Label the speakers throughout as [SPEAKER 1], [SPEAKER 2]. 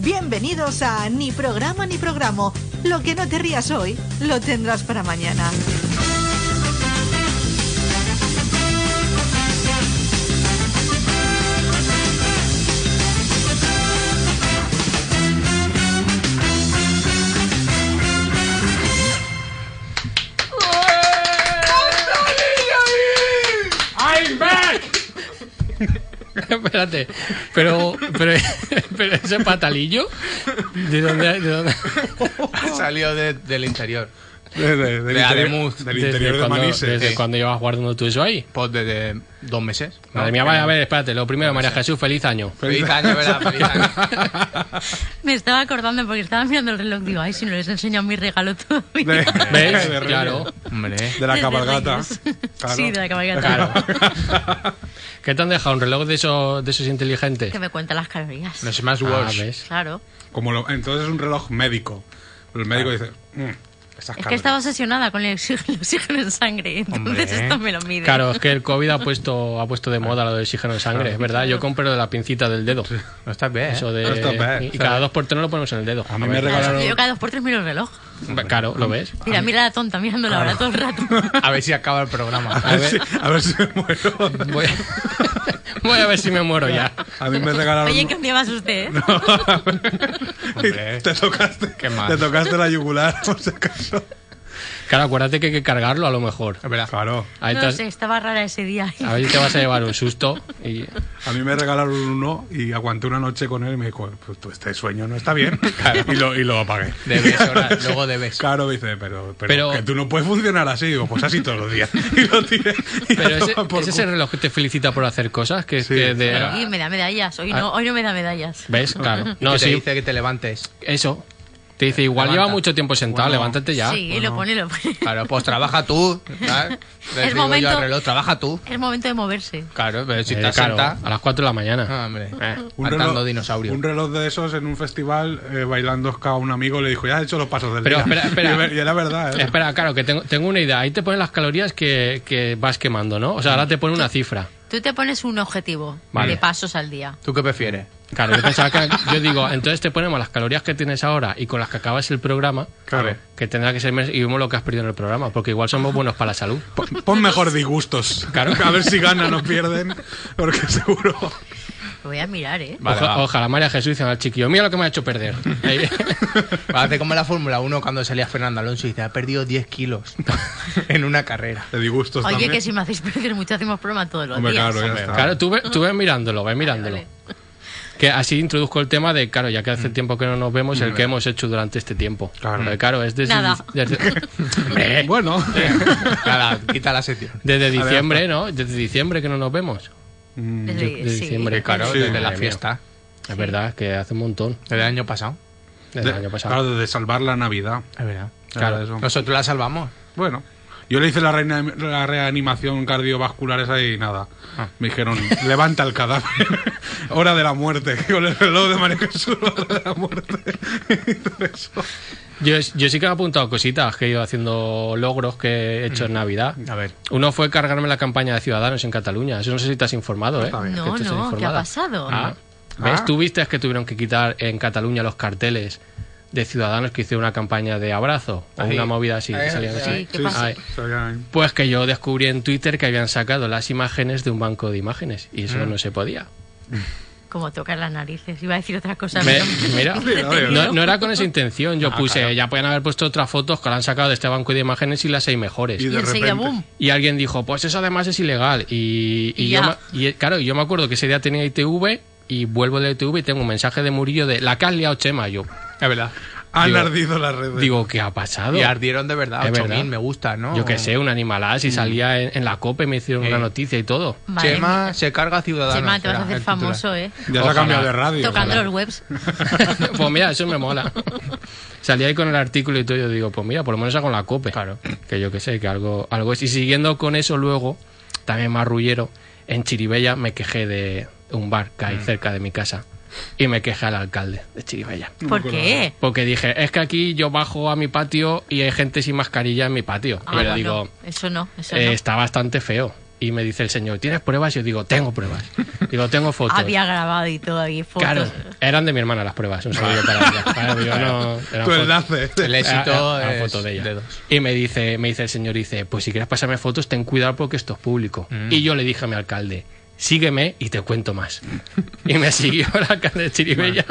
[SPEAKER 1] Bienvenidos a Ni programa ni programa. Lo que no te rías hoy, lo tendrás para mañana.
[SPEAKER 2] I'm back! Espérate, pero, pero, pero ese patalillo, ¿de dónde? De dónde?
[SPEAKER 3] Ha salido de- del interior.
[SPEAKER 4] De, de- del
[SPEAKER 3] De
[SPEAKER 4] interior-
[SPEAKER 3] Ademuz,
[SPEAKER 4] Del
[SPEAKER 2] ¿Desde
[SPEAKER 4] interior de
[SPEAKER 2] cuándo-
[SPEAKER 4] Manises.
[SPEAKER 2] ¿Desde
[SPEAKER 3] Sí.
[SPEAKER 2] cuándo llevas guardando tú eso ahí?
[SPEAKER 3] Pues desde dos meses. ¿no?
[SPEAKER 2] Madre mía, vaya, a ver, espérate, lo primero, María Jesús, feliz año.
[SPEAKER 3] Feliz año, ¿verdad? Feliz año.
[SPEAKER 5] Me estaba acordando porque estaba mirando el reloj. Digo, ay, si no les enseño mi regalo todavía.
[SPEAKER 4] De-
[SPEAKER 2] ¿Ves?
[SPEAKER 4] de Reyes.
[SPEAKER 2] Claro,
[SPEAKER 3] Hombre.
[SPEAKER 4] De la
[SPEAKER 5] Desde
[SPEAKER 4] cabalgata.
[SPEAKER 5] Reyes.
[SPEAKER 4] Claro.
[SPEAKER 5] Sí, de la cabalgata.
[SPEAKER 2] claro. ¿Qué te han dejado? ¿Un reloj de esos, de esos inteligentes?
[SPEAKER 5] Que me cuenta las calorías.
[SPEAKER 3] Los Smash
[SPEAKER 2] Ah,
[SPEAKER 3] Wars.
[SPEAKER 2] ¿ves?
[SPEAKER 5] Claro.
[SPEAKER 4] Como lo- entonces es un reloj médico. El médico dice, "Mm, estas
[SPEAKER 5] Es
[SPEAKER 4] cabras".
[SPEAKER 5] que estaba obsesionada con el oxígeno, el oxígeno en sangre. Entonces
[SPEAKER 3] Hombre.
[SPEAKER 5] esto me lo mide.
[SPEAKER 2] Claro, es que el COVID ha puesto, ha puesto de moda lo del oxígeno en sangre, es ¿verdad? Yo compro de la pincita del dedo.
[SPEAKER 3] no estás bien. ¿eh?
[SPEAKER 2] Eso
[SPEAKER 4] No está mal,
[SPEAKER 2] de... Y
[SPEAKER 4] ¿sabes?
[SPEAKER 2] cada dos por tres lo ponemos en el dedo.
[SPEAKER 4] A mí
[SPEAKER 2] ver.
[SPEAKER 4] me regalaron...
[SPEAKER 5] Yo cada dos por tres miro el reloj.
[SPEAKER 2] Claro, ¿lo ves?
[SPEAKER 5] Mira, mira la tonta mirándola ahora todo el rato.
[SPEAKER 3] A ver si acaba el programa.
[SPEAKER 4] A ver, si, a ver si me muero.
[SPEAKER 2] Voy a, Voy a ver si me muero ya.
[SPEAKER 4] A mí me regalaron...
[SPEAKER 5] Oye, que un día vas usted. ¿eh?
[SPEAKER 3] Hombre.
[SPEAKER 4] te tocaste,
[SPEAKER 3] Qué mal.
[SPEAKER 4] te tocaste la yugular, por si acaso.
[SPEAKER 2] Claro, acuérdate que hay que cargarlo a lo mejor.
[SPEAKER 3] Es verdad.
[SPEAKER 4] Claro.
[SPEAKER 2] Ahí te
[SPEAKER 5] No
[SPEAKER 2] has-
[SPEAKER 5] sé, estaba rara ese día.
[SPEAKER 2] a ver si te vas a llevar un susto. Y...
[SPEAKER 4] A mí me regalaron uno y aguanté una noche con él y me dijo, pues tú, este sueño no está bien. Y, lo, y lo apagué.
[SPEAKER 3] Debes orar, luego debes.
[SPEAKER 4] Claro, me dice, pero, pero,
[SPEAKER 2] Pero-
[SPEAKER 4] que tú no puedes funcionar así. Digo, pues así todos los días. Y lo tiré. y
[SPEAKER 2] Pero
[SPEAKER 4] a
[SPEAKER 2] ese,
[SPEAKER 4] tomar por
[SPEAKER 2] ese es el
[SPEAKER 4] culo.
[SPEAKER 2] reloj que te felicita por hacer cosas, que,
[SPEAKER 4] Sí.
[SPEAKER 2] que de-
[SPEAKER 5] Y me da medallas. Hoy no, hoy no me da medallas.
[SPEAKER 2] ¿Ves? Claro.
[SPEAKER 3] No,
[SPEAKER 2] No,
[SPEAKER 3] te
[SPEAKER 2] sí,
[SPEAKER 3] dice que te levantes.
[SPEAKER 2] eso. Te dice, igual
[SPEAKER 3] Levanta.
[SPEAKER 2] lleva mucho tiempo sentado,
[SPEAKER 4] Bueno.
[SPEAKER 2] levántate ya. pues
[SPEAKER 5] sí, lo pone, lo pone.
[SPEAKER 3] Claro, pues trabaja tú. ¿sabes? Les
[SPEAKER 5] Es
[SPEAKER 3] digo
[SPEAKER 5] momento.
[SPEAKER 3] yo al reloj, trabaja tú.
[SPEAKER 5] Es momento de moverse.
[SPEAKER 3] Claro, pero si
[SPEAKER 2] Eh,
[SPEAKER 3] estás
[SPEAKER 2] claro,
[SPEAKER 3] sentado-
[SPEAKER 2] a las 4 de la mañana.
[SPEAKER 3] Ah, hombre.
[SPEAKER 2] Eh.
[SPEAKER 4] Un
[SPEAKER 3] Matando
[SPEAKER 4] reloj-
[SPEAKER 3] dinosaurios.
[SPEAKER 4] Un reloj de esos en un festival, eh, bailando ska a un amigo, le dijo, ya has hecho los pasos del
[SPEAKER 2] Pero
[SPEAKER 4] día.
[SPEAKER 2] espera, espera.
[SPEAKER 4] Y ver- Y era verdad, ¿eh?
[SPEAKER 2] Espera, claro, que tengo, tengo una idea. Ahí te ponen las calorías que, que vas quemando, ¿no? O sea, ahora te pone una cifra.
[SPEAKER 5] Tú te pones un objetivo
[SPEAKER 2] Vale.
[SPEAKER 5] de pasos al día.
[SPEAKER 3] ¿Tú qué prefieres?
[SPEAKER 2] Claro, yo pensaba que. Yo digo, entonces te ponemos las calorías que tienes ahora y con las que acabas el programa,
[SPEAKER 4] Claro.
[SPEAKER 2] que tendrá que ser. mes- Y vemos lo que has perdido en el programa, porque igual somos buenos para la salud.
[SPEAKER 4] Pon- Pon mejor disgustos.
[SPEAKER 2] Claro.
[SPEAKER 4] A ver si ganan o pierden, porque seguro.
[SPEAKER 5] Lo voy a mirar, ¿eh?
[SPEAKER 3] Vale,
[SPEAKER 2] Oja-
[SPEAKER 3] va.
[SPEAKER 2] Ojalá María Jesús dice al chiquillo, mira lo que me ha hecho perder. Ahí.
[SPEAKER 3] Va a hacer Pues como en la Fórmula 1 cuando salía Fernando Alonso y dice, ha perdido 10 kilos en una carrera.
[SPEAKER 4] De disgustos
[SPEAKER 5] Oye,
[SPEAKER 4] Pues también.
[SPEAKER 5] que si me hacéis perder mucho, hacemos programa todos los
[SPEAKER 4] Hombre,
[SPEAKER 5] días.
[SPEAKER 4] claro, ya está.
[SPEAKER 2] claro, tú, ve- tú ves mirándolo, ves mirándolo. Que así introduzco el tema de, claro, ya que hace tiempo que no nos vemos, el que hemos hecho durante este tiempo.
[SPEAKER 4] Mm. Claro.
[SPEAKER 2] Porque, claro es desde.
[SPEAKER 5] Nada.
[SPEAKER 2] desde- Hombre,
[SPEAKER 4] Bueno,
[SPEAKER 3] Nada, quita la sección.
[SPEAKER 2] desde diciembre, ¿no? Desde diciembre que no nos vemos.
[SPEAKER 5] Desde-
[SPEAKER 2] Yo- de
[SPEAKER 5] sí.
[SPEAKER 2] diciembre, claro.
[SPEAKER 3] Claro,
[SPEAKER 4] Sí,
[SPEAKER 3] desde la
[SPEAKER 2] madre mía.
[SPEAKER 3] fiesta.
[SPEAKER 2] Es verdad, que hace un montón.
[SPEAKER 3] Desde el año pasado.
[SPEAKER 2] Desde el
[SPEAKER 4] de-
[SPEAKER 2] año pasado.
[SPEAKER 4] claro, de salvar la Navidad.
[SPEAKER 3] Es verdad.
[SPEAKER 4] Claro, eso.
[SPEAKER 3] Nosotros la salvamos.
[SPEAKER 4] Bueno, yo le hice la, reina- la reanimación cardiovascular esa y nada.
[SPEAKER 2] Ah.
[SPEAKER 4] Me dijeron, levanta el cadáver. Hora de la muerte. Con el reloj de María Jesús, hora de la muerte.
[SPEAKER 2] Yo, yo sí que he apuntado cositas que he ido haciendo logros que he hecho
[SPEAKER 3] Mm.
[SPEAKER 2] en Navidad.
[SPEAKER 3] A ver.
[SPEAKER 2] Uno fue cargarme la campaña de Ciudadanos en Cataluña. Eso no sé si te has informado, ¿eh?
[SPEAKER 5] bien.
[SPEAKER 2] Que
[SPEAKER 5] No,
[SPEAKER 2] tú estás
[SPEAKER 5] no, ¿qué
[SPEAKER 2] informada.
[SPEAKER 5] ha pasado?
[SPEAKER 2] Ah, ¿Ves?
[SPEAKER 4] Ah.
[SPEAKER 2] Tú viste que tuvieron que quitar en Cataluña los carteles de Ciudadanos que hicieron una campaña de abrazo o
[SPEAKER 3] Ahí.
[SPEAKER 2] una movida así. que
[SPEAKER 3] Ahí,
[SPEAKER 2] salían
[SPEAKER 3] ahí,
[SPEAKER 2] así.
[SPEAKER 5] ahí. ¿Qué pasa?
[SPEAKER 2] Ay.
[SPEAKER 4] Sabía-
[SPEAKER 2] Pues que yo descubrí en Twitter que habían sacado las imágenes de un banco de imágenes y
[SPEAKER 3] Mm.
[SPEAKER 2] eso no se podía.
[SPEAKER 5] Como tocar las narices. Iba a decir otra cosa.
[SPEAKER 2] Me-
[SPEAKER 5] pero no-
[SPEAKER 2] mira,
[SPEAKER 4] mira.
[SPEAKER 2] no, no era con esa intención.
[SPEAKER 3] Ah,
[SPEAKER 2] Yo puse, ya pueden haber puesto otras fotos que la han sacado de este banco de imágenes y las seis mejores.
[SPEAKER 4] Y
[SPEAKER 5] Y
[SPEAKER 4] de
[SPEAKER 5] enseguida,
[SPEAKER 4] repente-
[SPEAKER 5] boom.
[SPEAKER 2] Y alguien dijo, pues eso además es ilegal. Y, y
[SPEAKER 5] Y
[SPEAKER 2] yo,
[SPEAKER 5] ya.
[SPEAKER 2] ma- y, claro, yo me acuerdo que ese día tenía ITV y vuelvo de ITV y tengo un mensaje de Murillo de la que has liado, Chema. Yo
[SPEAKER 3] Es verdad.
[SPEAKER 4] Han
[SPEAKER 2] Digo-
[SPEAKER 4] ardido las redes.
[SPEAKER 2] digo, ¿qué ha pasado?
[SPEAKER 3] Y ardieron de verdad.
[SPEAKER 2] Es
[SPEAKER 3] 8000
[SPEAKER 2] verdad.
[SPEAKER 3] me gusta, ¿no? Mm.
[SPEAKER 2] Yo qué sé, una animalada si salía en, en la copa y me hicieron
[SPEAKER 3] Sí.
[SPEAKER 2] una noticia y todo.
[SPEAKER 5] Madre
[SPEAKER 3] Chema
[SPEAKER 5] mía.
[SPEAKER 3] se carga a Ciudadanos.
[SPEAKER 5] Chema, te vas a
[SPEAKER 3] Era
[SPEAKER 5] hacer
[SPEAKER 3] el titular.
[SPEAKER 5] famoso, ¿eh?
[SPEAKER 4] ya se ha
[SPEAKER 2] Ojalá.
[SPEAKER 4] cambiado de radio.
[SPEAKER 5] Tocando
[SPEAKER 4] Ojalá.
[SPEAKER 5] los webs.
[SPEAKER 2] pues mira, eso me mola. Salí ahí con el artículo y todo, yo digo, pues mira, por lo menos hago la cope. Claro. Que yo qué sé, que algo, algo es. Y siguiendo con eso luego, también marrullero, en Chiribella me quejé de un bar que hay
[SPEAKER 5] Mm.
[SPEAKER 2] cerca de mi casa. Y me quejé al alcalde de Chiribella.
[SPEAKER 5] ¿Por qué?
[SPEAKER 2] Porque dije, es que aquí yo bajo a mi patio y hay gente sin mascarilla en mi patio.
[SPEAKER 5] Ah,
[SPEAKER 2] y yo
[SPEAKER 5] bueno,
[SPEAKER 2] digo,
[SPEAKER 5] eso no, eso
[SPEAKER 2] eh,
[SPEAKER 5] no.
[SPEAKER 2] está bastante feo. Y me dice el señor, ¿tienes pruebas? Y yo digo, tengo pruebas. Digo, tengo fotos.
[SPEAKER 5] Había grabado y todo ahí fotos.
[SPEAKER 2] Claro, eran de mi hermana las pruebas, un saludo para ella. Claro, yo no- eran
[SPEAKER 4] Tu
[SPEAKER 2] fotos.
[SPEAKER 4] enlace.
[SPEAKER 3] El éxito
[SPEAKER 2] Era- era
[SPEAKER 3] es
[SPEAKER 2] foto de ella.
[SPEAKER 3] dos.
[SPEAKER 2] Y me dice, me dice el señor, dice, pues si quieres pasarme fotos, ten cuidado porque esto es público.
[SPEAKER 4] Mm.
[SPEAKER 2] Y yo le dije a mi alcalde, sígueme y te cuento más. y me siguió el alcalde de Chiribella.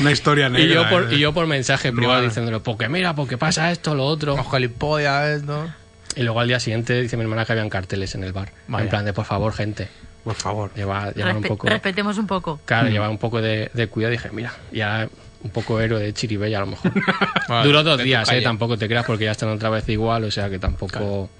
[SPEAKER 4] Una historia negra.
[SPEAKER 2] Y yo, por,
[SPEAKER 4] eh.
[SPEAKER 2] y yo por mensaje privado
[SPEAKER 4] Bueno.
[SPEAKER 2] diciéndole, porque mira, porque pasa esto, lo otro.
[SPEAKER 3] Los gilipollas, ¿no?
[SPEAKER 2] Y luego al día siguiente dice mi hermana que habían carteles en el bar.
[SPEAKER 3] Vaya.
[SPEAKER 2] En plan de, por favor, gente,
[SPEAKER 4] Por favor.
[SPEAKER 2] lleva, llevar un
[SPEAKER 5] Respe-
[SPEAKER 2] poco...
[SPEAKER 5] Respetemos un poco.
[SPEAKER 2] Claro, llevaba un poco de, de cuidado. Dije, mira, ya un poco héroe de Chiribella a lo mejor.
[SPEAKER 3] Vale,
[SPEAKER 2] Duró dos
[SPEAKER 3] de tu
[SPEAKER 2] días, eh,
[SPEAKER 3] calle.
[SPEAKER 2] tampoco te creas porque ya están otra vez igual, o sea que tampoco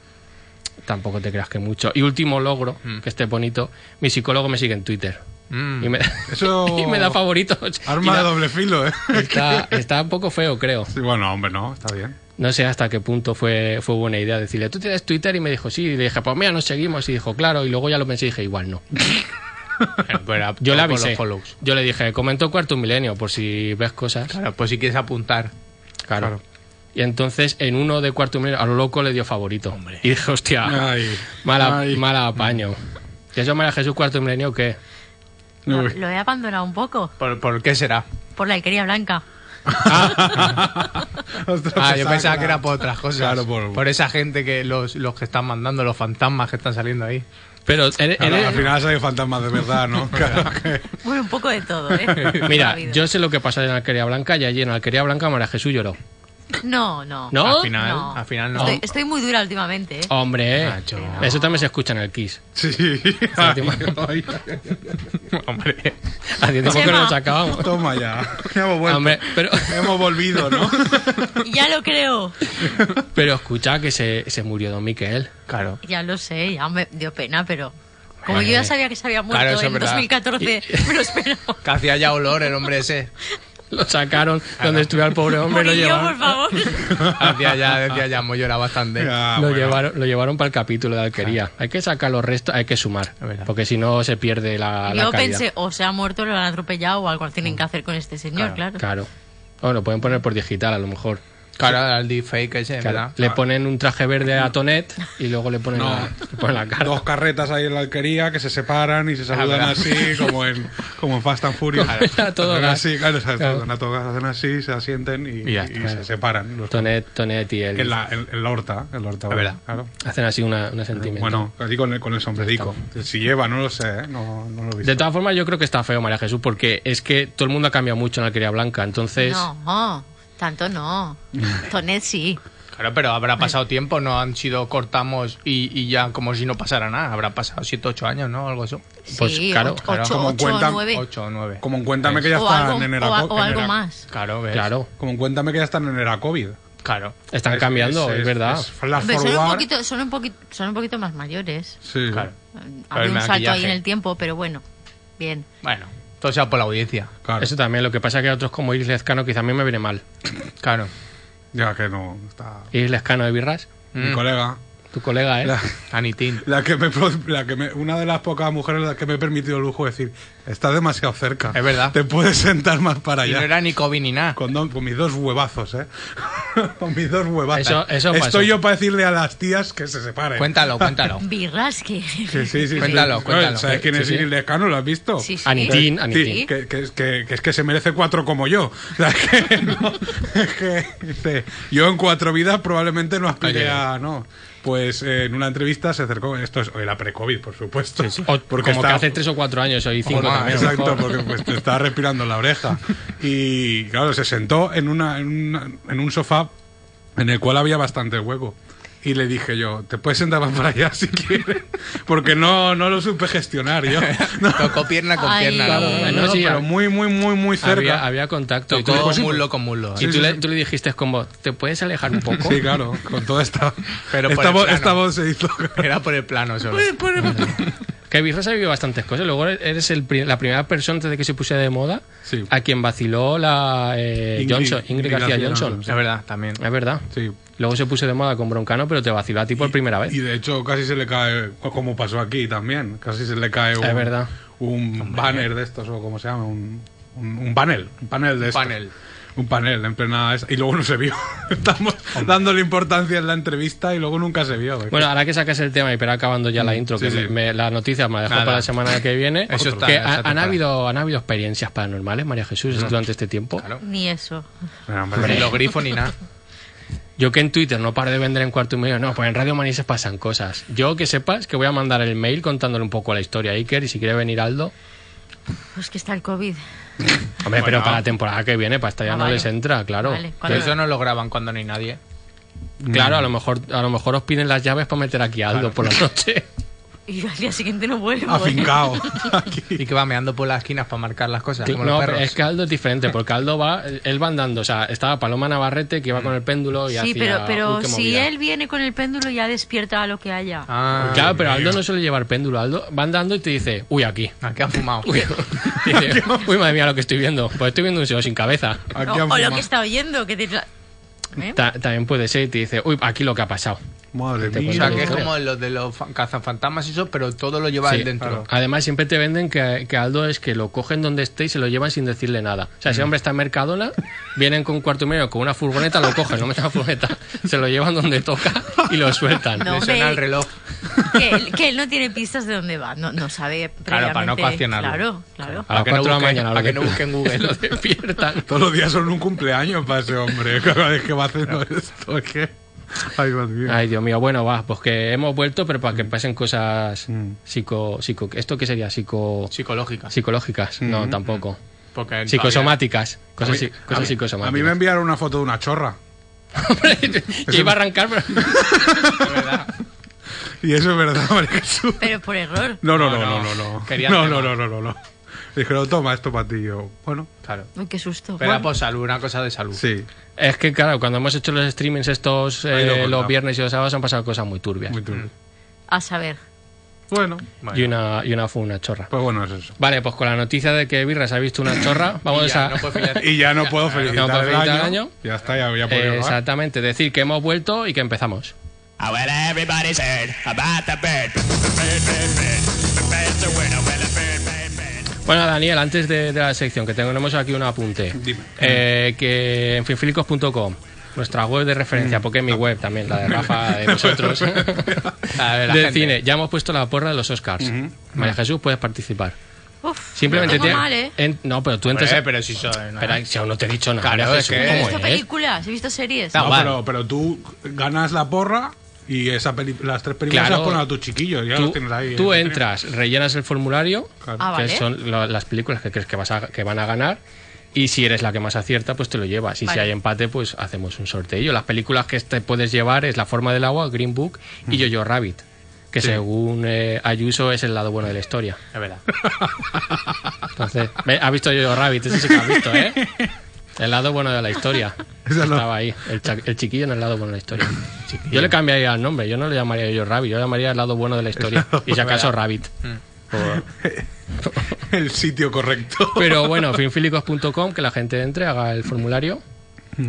[SPEAKER 2] tampoco te creas que mucho. Y último logro, que esté bonito, mi psicólogo me sigue en Twitter. Y, me,
[SPEAKER 4] Eso-
[SPEAKER 2] y me da favoritos.
[SPEAKER 4] Arma
[SPEAKER 2] Y da-
[SPEAKER 4] de doble filo, ¿eh?
[SPEAKER 2] Está, está un poco feo, creo.
[SPEAKER 4] Sí, bueno, hombre, no, está bien.
[SPEAKER 2] No sé hasta qué punto fue, fue buena idea decirle, ¿tú tienes Twitter? Y me dijo, sí. Y le dije, pues mira, nos seguimos. Y dijo, claro. Y luego ya lo pensé y dije, igual no.
[SPEAKER 3] pues
[SPEAKER 2] Yo le avisé. Yo le dije, comentó Cuarto Milenio por si ves cosas.
[SPEAKER 3] Claro, pues si quieres apuntar.
[SPEAKER 2] Claro. Y entonces en uno de cuarto milenio a lo loco le dio favorito. Y dije, hostia,
[SPEAKER 4] Ay,
[SPEAKER 2] mala,
[SPEAKER 4] Ah. ay.
[SPEAKER 2] mala apaño. ¿Y eso María Jesús cuarto milenio qué?
[SPEAKER 5] Lo,
[SPEAKER 4] Uy.
[SPEAKER 5] lo he abandonado un poco
[SPEAKER 3] ¿Por, por qué será?
[SPEAKER 5] por la alquería blanca.
[SPEAKER 4] Ostras,
[SPEAKER 3] Ah, yo
[SPEAKER 4] saca.
[SPEAKER 3] pensaba que era por otras cosas.
[SPEAKER 4] Claro, por-
[SPEAKER 3] esa gente que los, los que están mandando, los fantasmas que están saliendo ahí.
[SPEAKER 2] Pero en- en-
[SPEAKER 4] Claro, Ah, al final ha salido fantasmas de verdad, ¿no? Claro que-
[SPEAKER 5] Bueno, un poco de todo, ¿eh? Ha
[SPEAKER 2] mira,
[SPEAKER 5] habido.
[SPEAKER 2] yo sé lo que pasó en Alquería Blanca y allí en Alquería Blanca María Jesús lloró.
[SPEAKER 5] No, no.
[SPEAKER 2] ¿No?
[SPEAKER 3] Al final,
[SPEAKER 5] Oh, No.
[SPEAKER 3] al final no.
[SPEAKER 5] Estoy, estoy muy dura últimamente, ¿eh?
[SPEAKER 2] Hombre, eh.
[SPEAKER 4] Ah,
[SPEAKER 3] Nacho.
[SPEAKER 2] eso también se escucha en el Kiss.
[SPEAKER 4] Sí. Ay, ay.
[SPEAKER 3] Hombre.
[SPEAKER 2] Hace tiempo que no
[SPEAKER 5] Chema.
[SPEAKER 2] nos acabamos.
[SPEAKER 4] Toma ya. Ya hemos vuelto.
[SPEAKER 2] Hombre, pero,
[SPEAKER 4] Hemos volvido, ¿no?
[SPEAKER 5] Ya lo creo.
[SPEAKER 2] pero escucha que se, se murió Don Miquel.
[SPEAKER 3] Claro.
[SPEAKER 5] Ya lo sé, ya me dio pena, pero como
[SPEAKER 2] Bueno,
[SPEAKER 5] yo ya
[SPEAKER 2] eh.
[SPEAKER 5] sabía que se había muerto
[SPEAKER 3] Claro, eso es
[SPEAKER 5] en
[SPEAKER 3] verdad.
[SPEAKER 5] 2014, me lo esperaba.
[SPEAKER 3] Que hacía ya olor el hombre ese.
[SPEAKER 2] Lo sacaron
[SPEAKER 4] Ah,
[SPEAKER 2] donde estuviera el pobre hombre. Lo
[SPEAKER 5] Morillo,
[SPEAKER 2] llevaron,
[SPEAKER 5] por favor.
[SPEAKER 3] Hacía ya, decía ya, muy llora bastante.
[SPEAKER 4] Ya,
[SPEAKER 2] lo,
[SPEAKER 4] Ah, bueno. Ah.
[SPEAKER 2] llevaron, lo llevaron para el capítulo de alquería. Hay que sacar los restos, hay que sumar.
[SPEAKER 3] Es verdad.
[SPEAKER 2] Porque si no se pierde la, la
[SPEAKER 5] yo
[SPEAKER 2] calidad.
[SPEAKER 5] pensé, o se ha muerto, lo han atropellado o algo tienen que hacer con este señor, claro.
[SPEAKER 2] Claro. O lo pueden poner por digital, a lo mejor.
[SPEAKER 3] Claro, al deepfake ese,
[SPEAKER 2] Claro.
[SPEAKER 3] ¿verdad?
[SPEAKER 2] Le ponen un traje verde a Tonet y luego le ponen,
[SPEAKER 4] No.
[SPEAKER 2] la, le ponen la cara.
[SPEAKER 4] Dos carretas ahí en la alquería que se separan y se saludan
[SPEAKER 3] verdad.
[SPEAKER 4] así, como en, como en Fast and Furious.
[SPEAKER 2] Era todo
[SPEAKER 4] Hacen
[SPEAKER 2] gas.
[SPEAKER 4] así, claro, o sea,
[SPEAKER 2] Claro.
[SPEAKER 4] todo- a todo gas, hacen así, se asienten y,
[SPEAKER 3] Y ya está,
[SPEAKER 4] y
[SPEAKER 2] claro.
[SPEAKER 4] se separan. Los-
[SPEAKER 2] Tonet, Tonet y él
[SPEAKER 4] en, la, en, en la horta, en la horta.
[SPEAKER 3] Es verdad.
[SPEAKER 4] Claro.
[SPEAKER 2] hacen así una, una sentimiento.
[SPEAKER 4] Bueno, así con el, con el sombrerico. Si lleva, no lo sé, ¿eh? no, no lo he visto.
[SPEAKER 2] De todas formas, yo creo que está feo, María Jesús, porque es que todo el mundo ha cambiado mucho en la alquería blanca. Entonces,
[SPEAKER 5] No, oh, tanto no. Tonet sí.
[SPEAKER 3] Claro, pero habrá pasado tiempo, no han sido cortamos y, y ya como si no pasara nada. Habrá pasado 7, 8 años, ¿no? Algo así.
[SPEAKER 2] Pues
[SPEAKER 5] sí,
[SPEAKER 2] claro,
[SPEAKER 5] ocho-
[SPEAKER 4] claro,
[SPEAKER 5] ocho-
[SPEAKER 4] como
[SPEAKER 5] ocho o
[SPEAKER 4] cuentan-
[SPEAKER 5] nueve.
[SPEAKER 3] 8 o 9.
[SPEAKER 4] Como en Cuéntame que ya
[SPEAKER 5] o
[SPEAKER 4] están
[SPEAKER 5] algo,
[SPEAKER 4] en
[SPEAKER 5] o
[SPEAKER 4] Eraco-
[SPEAKER 5] a- o
[SPEAKER 4] en
[SPEAKER 5] algo
[SPEAKER 4] Era-
[SPEAKER 5] más.
[SPEAKER 3] Claro, ¿ves?
[SPEAKER 2] claro,
[SPEAKER 4] Como en Cuéntame que ya están en era COVID.
[SPEAKER 3] Claro.
[SPEAKER 2] están
[SPEAKER 4] Es-
[SPEAKER 2] cambiando, es, verdad.
[SPEAKER 4] es flash
[SPEAKER 5] Hombre, son, un
[SPEAKER 4] forward.
[SPEAKER 5] poquito, son, un poquito, son un poquito más mayores.
[SPEAKER 4] Sí.
[SPEAKER 3] Claro.
[SPEAKER 5] Había
[SPEAKER 3] el
[SPEAKER 5] un salto ahí
[SPEAKER 3] maquillaje.
[SPEAKER 5] en el tiempo, pero bueno, bien.
[SPEAKER 3] Bueno, todo sea por la audiencia.
[SPEAKER 4] Claro.
[SPEAKER 2] Eso también, lo que pasa es que a otros como Iris Lezcano, quizá a mí me viene mal.
[SPEAKER 3] Claro.
[SPEAKER 4] Ya que no está.
[SPEAKER 2] Iris Lezcano de Birras,
[SPEAKER 4] Mi colega.
[SPEAKER 2] tu colega, ¿eh?
[SPEAKER 4] La,
[SPEAKER 3] Anitín.
[SPEAKER 4] la que me, pro- la que me- una de las pocas mujeres a las que me he permitido el lujo de decir, está demasiado cerca.
[SPEAKER 3] Es verdad.
[SPEAKER 4] Te puedes sentar más para
[SPEAKER 3] Y no
[SPEAKER 4] allá.
[SPEAKER 3] era ni COVID ni nada.
[SPEAKER 4] Con, do- con mis dos huevazos, ¿eh? con mis dos huevazos.
[SPEAKER 2] Eso- eso
[SPEAKER 4] Estoy
[SPEAKER 2] pasó.
[SPEAKER 4] yo para decirle a las tías que se separen.
[SPEAKER 3] Cuéntalo, cuéntalo.
[SPEAKER 5] Birras que...
[SPEAKER 4] Sí, sí, sí, sí.
[SPEAKER 3] Cuéntalo, cuéntalo.
[SPEAKER 4] ¿Sabes quién
[SPEAKER 2] Sí,
[SPEAKER 4] es
[SPEAKER 2] sí.
[SPEAKER 4] Iris Lescano? ¿Lo has visto?
[SPEAKER 5] Sí, sí.
[SPEAKER 2] Anitín,
[SPEAKER 4] Sí,
[SPEAKER 2] Anitín.
[SPEAKER 4] que, que- que- que es que se merece cuatro como yo. O sea, que no, es que, dice, yo en cuatro vidas probablemente no aspiré
[SPEAKER 3] Oye.
[SPEAKER 4] a. No. Pues eh, en una entrevista se acercó. Esto es era pre-COVID, por supuesto.
[SPEAKER 2] O-
[SPEAKER 4] porque
[SPEAKER 2] como
[SPEAKER 4] está-
[SPEAKER 2] que hace tres o cuatro años, hoy cinco
[SPEAKER 4] Ah,
[SPEAKER 2] también. a lo
[SPEAKER 4] Exacto,
[SPEAKER 2] mejor.
[SPEAKER 4] porque pues, te estaba respirando en la oreja. Y claro, se sentó en, una, en, una- en un sofá en el cual había bastante hueco. Y le dije yo, te puedes sentar más para allá si quieres, porque no, no lo supe gestionar yo. No,
[SPEAKER 3] Tocó pierna con
[SPEAKER 5] Ay.
[SPEAKER 3] pierna.
[SPEAKER 2] Claro,
[SPEAKER 3] ¿no?
[SPEAKER 2] claro.
[SPEAKER 4] no,
[SPEAKER 2] No, sí,
[SPEAKER 4] pero
[SPEAKER 2] hab-
[SPEAKER 4] muy, muy, muy, muy cerca.
[SPEAKER 2] había, había contacto.
[SPEAKER 3] Tocó
[SPEAKER 2] Tú le-
[SPEAKER 3] muslo con muslo.
[SPEAKER 2] y
[SPEAKER 3] ¿eh?
[SPEAKER 2] tú,
[SPEAKER 4] Ah. sí,
[SPEAKER 2] le,
[SPEAKER 4] sí.
[SPEAKER 2] tú le dijiste como, ¿te puedes alejar un poco?
[SPEAKER 4] Sí, claro, con toda esta.
[SPEAKER 3] Pero por
[SPEAKER 4] esta,
[SPEAKER 3] el
[SPEAKER 4] voz,
[SPEAKER 3] plano.
[SPEAKER 4] esta voz se hizo.
[SPEAKER 3] Era por el plano solo.
[SPEAKER 2] Que Birras ha vivido bastantes cosas. Luego eres el pri- la primera persona antes de que se pusiera de moda
[SPEAKER 4] Sí.
[SPEAKER 2] a quien vaciló la eh,
[SPEAKER 4] Ingrid-
[SPEAKER 2] Johnson, Ingrid García Johnson.
[SPEAKER 4] Johnson,
[SPEAKER 3] Es verdad, también.
[SPEAKER 2] Es verdad.
[SPEAKER 4] Sí.
[SPEAKER 2] Luego se puso de moda con Broncano, pero te vaciló a ti por primera vez.
[SPEAKER 4] Y de hecho, casi se le cae, como pasó aquí también, casi se le cae un,
[SPEAKER 2] Es verdad.
[SPEAKER 4] un banner de estos, o como se llama, un, un, un panel. Un panel de estos.
[SPEAKER 3] panel.
[SPEAKER 4] Un un panel en plena esa, y luego no se vio. Estamos dándole importancia en la entrevista y luego nunca se vio.
[SPEAKER 2] Bueno, ahora que sacas el tema y pero acabando ya la intro, que
[SPEAKER 4] Mm, sí.
[SPEAKER 2] me- me- la noticia me la dejo
[SPEAKER 3] Nada.
[SPEAKER 2] para la semana que viene.
[SPEAKER 3] Eso está,
[SPEAKER 2] que
[SPEAKER 3] está
[SPEAKER 2] ha-
[SPEAKER 3] preparado.
[SPEAKER 2] han, habido, han habido experiencias paranormales, María Jesús, durante este tiempo.
[SPEAKER 3] Claro.
[SPEAKER 5] Ni eso.
[SPEAKER 4] Bueno, hombre,
[SPEAKER 3] Ni los grifos ni nada.
[SPEAKER 2] Yo que en Twitter no paro de vender en cuarto y medio, no, pues en Radio Manises pasan cosas. Yo que sepas que voy a mandar el mail contándole un poco la historia a Iker y si quiere venir Aldo.
[SPEAKER 5] Pues que está el COVID.
[SPEAKER 2] Hombre, pero
[SPEAKER 3] Bueno.
[SPEAKER 2] para la temporada que viene, para esta ya
[SPEAKER 5] Ah,
[SPEAKER 2] no
[SPEAKER 5] vale.
[SPEAKER 2] les entra, claro.
[SPEAKER 5] Vale,
[SPEAKER 3] Pero
[SPEAKER 5] cuando-
[SPEAKER 3] eso no lo graban cuando no hay nadie.
[SPEAKER 2] Claro, a lo mejor a lo mejor os piden las llaves para meter aquí a Aldo por la noche.
[SPEAKER 5] Y yo al día siguiente no vuelvo. ¿eh?
[SPEAKER 4] Afincao. Aquí.
[SPEAKER 3] Y que va meando por las esquinas para marcar las cosas, como
[SPEAKER 2] No,
[SPEAKER 3] los
[SPEAKER 2] pero
[SPEAKER 3] perros.
[SPEAKER 2] es que Aldo es diferente, porque Aldo va, él va andando, o sea, estaba Paloma Navarrete que iba con el péndulo y
[SPEAKER 5] Sí,
[SPEAKER 2] hacía
[SPEAKER 5] pero, pero
[SPEAKER 2] uy, qué
[SPEAKER 5] si
[SPEAKER 2] movida.
[SPEAKER 5] él viene con el péndulo ya despierta a lo que haya.
[SPEAKER 3] Ah,
[SPEAKER 2] Claro, pero Aldo no suele llevar péndulo, Aldo va andando y te dice, uy, aquí.
[SPEAKER 3] aquí han fumado.
[SPEAKER 2] Uy, dice, uy, madre mía, lo que estoy viendo. Pues estoy viendo un seo sin cabeza.
[SPEAKER 4] Aquí
[SPEAKER 5] o,
[SPEAKER 4] han
[SPEAKER 5] o lo
[SPEAKER 4] fumado.
[SPEAKER 5] que está oyendo. Que te... ¿Eh?
[SPEAKER 2] Ta- también puede ser y te dice, uy, aquí lo que ha pasado.
[SPEAKER 4] Madre
[SPEAKER 2] Te
[SPEAKER 4] mía.
[SPEAKER 3] O sea, que es
[SPEAKER 2] Claro.
[SPEAKER 3] como los de los fa- cazafantasmas y eso, pero todo lo lleva
[SPEAKER 2] Sí,
[SPEAKER 3] él dentro.
[SPEAKER 2] claro. Además, siempre te venden que, que Aldo es que lo cogen donde esté y se lo llevan sin decirle nada. O sea,
[SPEAKER 4] Mm.
[SPEAKER 2] ese hombre está en Mercadona, vienen con un cuarto y medio, con una furgoneta, lo cogen, lo meten a la furgoneta, se lo llevan donde toca y lo sueltan.
[SPEAKER 5] No,
[SPEAKER 3] Le suena
[SPEAKER 5] hombre.
[SPEAKER 3] el reloj.
[SPEAKER 5] que, él, que él no tiene pistas de dónde va. No, no sabe
[SPEAKER 3] Claro, para no
[SPEAKER 5] previamente.
[SPEAKER 3] coaccionarlo.
[SPEAKER 5] Claro, claro.
[SPEAKER 2] A
[SPEAKER 3] Para
[SPEAKER 2] las
[SPEAKER 3] que no
[SPEAKER 2] 4 de la
[SPEAKER 3] busquen-
[SPEAKER 2] mañana,
[SPEAKER 3] para
[SPEAKER 2] lo
[SPEAKER 3] que no busquen Google.
[SPEAKER 2] lo despiertan.
[SPEAKER 4] Todos los días son un cumpleaños para ese hombre. Cada vez que va haciendo esto, es que. Ay, Dios mío.
[SPEAKER 2] Ay, Dios mío, bueno, va, pues que hemos vuelto, pero para que
[SPEAKER 4] Mm.
[SPEAKER 2] pasen cosas psico, psico, ¿esto qué sería? Psico,
[SPEAKER 3] Psicológica.
[SPEAKER 2] psicológicas, no, tampoco.
[SPEAKER 3] Porque todavía-
[SPEAKER 2] Psicosomáticas,
[SPEAKER 4] Mm. A mí-
[SPEAKER 2] cosas, psi-
[SPEAKER 4] a
[SPEAKER 2] cosas
[SPEAKER 4] mí-
[SPEAKER 2] psicosomáticas.
[SPEAKER 4] A mí me enviaron una foto de una chorra.
[SPEAKER 2] Yo iba a arrancar, pero...
[SPEAKER 4] Y eso es verdad, María Jesús.
[SPEAKER 5] Pero por error.
[SPEAKER 4] No, no, no,
[SPEAKER 3] No,
[SPEAKER 4] no, no.
[SPEAKER 3] no.
[SPEAKER 4] No,
[SPEAKER 3] Quería
[SPEAKER 4] no,
[SPEAKER 3] tema.
[SPEAKER 4] no, no, no, no, no. Dijeron, toma esto para ti. Yo, bueno,
[SPEAKER 3] Claro.
[SPEAKER 5] Uy, qué susto.
[SPEAKER 3] Pero era
[SPEAKER 5] Bueno,
[SPEAKER 3] por salud, una cosa de salud.
[SPEAKER 4] sí,
[SPEAKER 2] Es que, claro, cuando hemos hecho los streamings estos
[SPEAKER 4] Ahí lo
[SPEAKER 2] eh,
[SPEAKER 3] pues
[SPEAKER 4] contamos.
[SPEAKER 2] los viernes y los sábados han pasado cosas muy turbias.
[SPEAKER 4] muy turbio.
[SPEAKER 5] a saber.
[SPEAKER 4] Bueno,
[SPEAKER 2] Y, una, y una fue una chorra.
[SPEAKER 4] pues bueno, es eso.
[SPEAKER 2] Vale, pues con la noticia de que Birras ha visto una chorra, vamos
[SPEAKER 3] Y ya,
[SPEAKER 2] a...
[SPEAKER 3] no puedes pillar-
[SPEAKER 4] Y ya no puedo felicitar,
[SPEAKER 2] puedo felicitar
[SPEAKER 4] el,
[SPEAKER 2] el
[SPEAKER 4] año.
[SPEAKER 2] año.
[SPEAKER 4] Ya está, ya, ya
[SPEAKER 2] Eh,
[SPEAKER 4] puedo acabar.
[SPEAKER 2] exactamente, decir que hemos vuelto y que empezamos.
[SPEAKER 6] I Ah, well, everybody's heard about the bird. Bird, bird, bird. Bird's the word. Oh, well, a bird, bird, bird.
[SPEAKER 2] Bueno, Daniel, antes de, de la sección, que tenemos aquí un apunte.
[SPEAKER 4] Dime.
[SPEAKER 2] Eh, que en finfilicos.com, nuestra web de
[SPEAKER 3] Mm.
[SPEAKER 2] referencia, porque es mi web también, la de Rafa, la de nosotros,
[SPEAKER 3] La de la
[SPEAKER 2] de
[SPEAKER 3] gente.
[SPEAKER 2] cine, ya hemos puesto la porra de los Oscars. María Jesús, puedes participar.
[SPEAKER 5] Uf,
[SPEAKER 2] Simplemente
[SPEAKER 5] lo tengo
[SPEAKER 2] te-
[SPEAKER 5] mal, ¿eh?
[SPEAKER 2] en- no, pero tú entras.
[SPEAKER 3] Hombre, pero si soy. ¿no?
[SPEAKER 2] Espera, si aún no te he dicho nada.
[SPEAKER 3] Claro,
[SPEAKER 2] María
[SPEAKER 3] es que-
[SPEAKER 2] Jesús,
[SPEAKER 5] He
[SPEAKER 2] ¿cómo
[SPEAKER 5] visto
[SPEAKER 2] es?
[SPEAKER 5] películas, he visto series.
[SPEAKER 3] No,
[SPEAKER 4] No,
[SPEAKER 3] vale.
[SPEAKER 4] pero, pero tú ganas la porra y esa peli- las tres películas
[SPEAKER 2] Claro.
[SPEAKER 4] las ponen a tus chiquillos. Ya los
[SPEAKER 2] Tú,
[SPEAKER 4] tienes ahí.
[SPEAKER 2] tú
[SPEAKER 4] ¿eh?
[SPEAKER 2] entras, rellenas el formulario,
[SPEAKER 4] Claro.
[SPEAKER 5] Ah, vale.
[SPEAKER 2] que son lo- las películas que crees que, vas a- que van a ganar. Y si eres la que más acierta, pues te lo llevas. Y si
[SPEAKER 5] Vale.
[SPEAKER 2] hay empate, pues hacemos un sorteo. Las películas que te puedes llevar es La forma del agua, Green Book y Yo-Yo Rabbit. Que según eh, Ayuso es el lado bueno de la historia.
[SPEAKER 3] Es verdad.
[SPEAKER 2] Entonces, ve, ha visto Yo-Yo Rabbit, ese sí que lo ha visto, ¿eh? El lado bueno de la historia.
[SPEAKER 4] Esa no.
[SPEAKER 2] Estaba ahí, el, cha- el chiquillo en el lado bueno de la historia. Yo le cambiaría el nombre, yo no le llamaría yo Rabbit, yo le llamaría el lado bueno de la historia. Y si acaso Rabbit. Por-
[SPEAKER 4] El sitio correcto.
[SPEAKER 2] Pero bueno, finfilicos.com, que la gente entre, haga el formulario.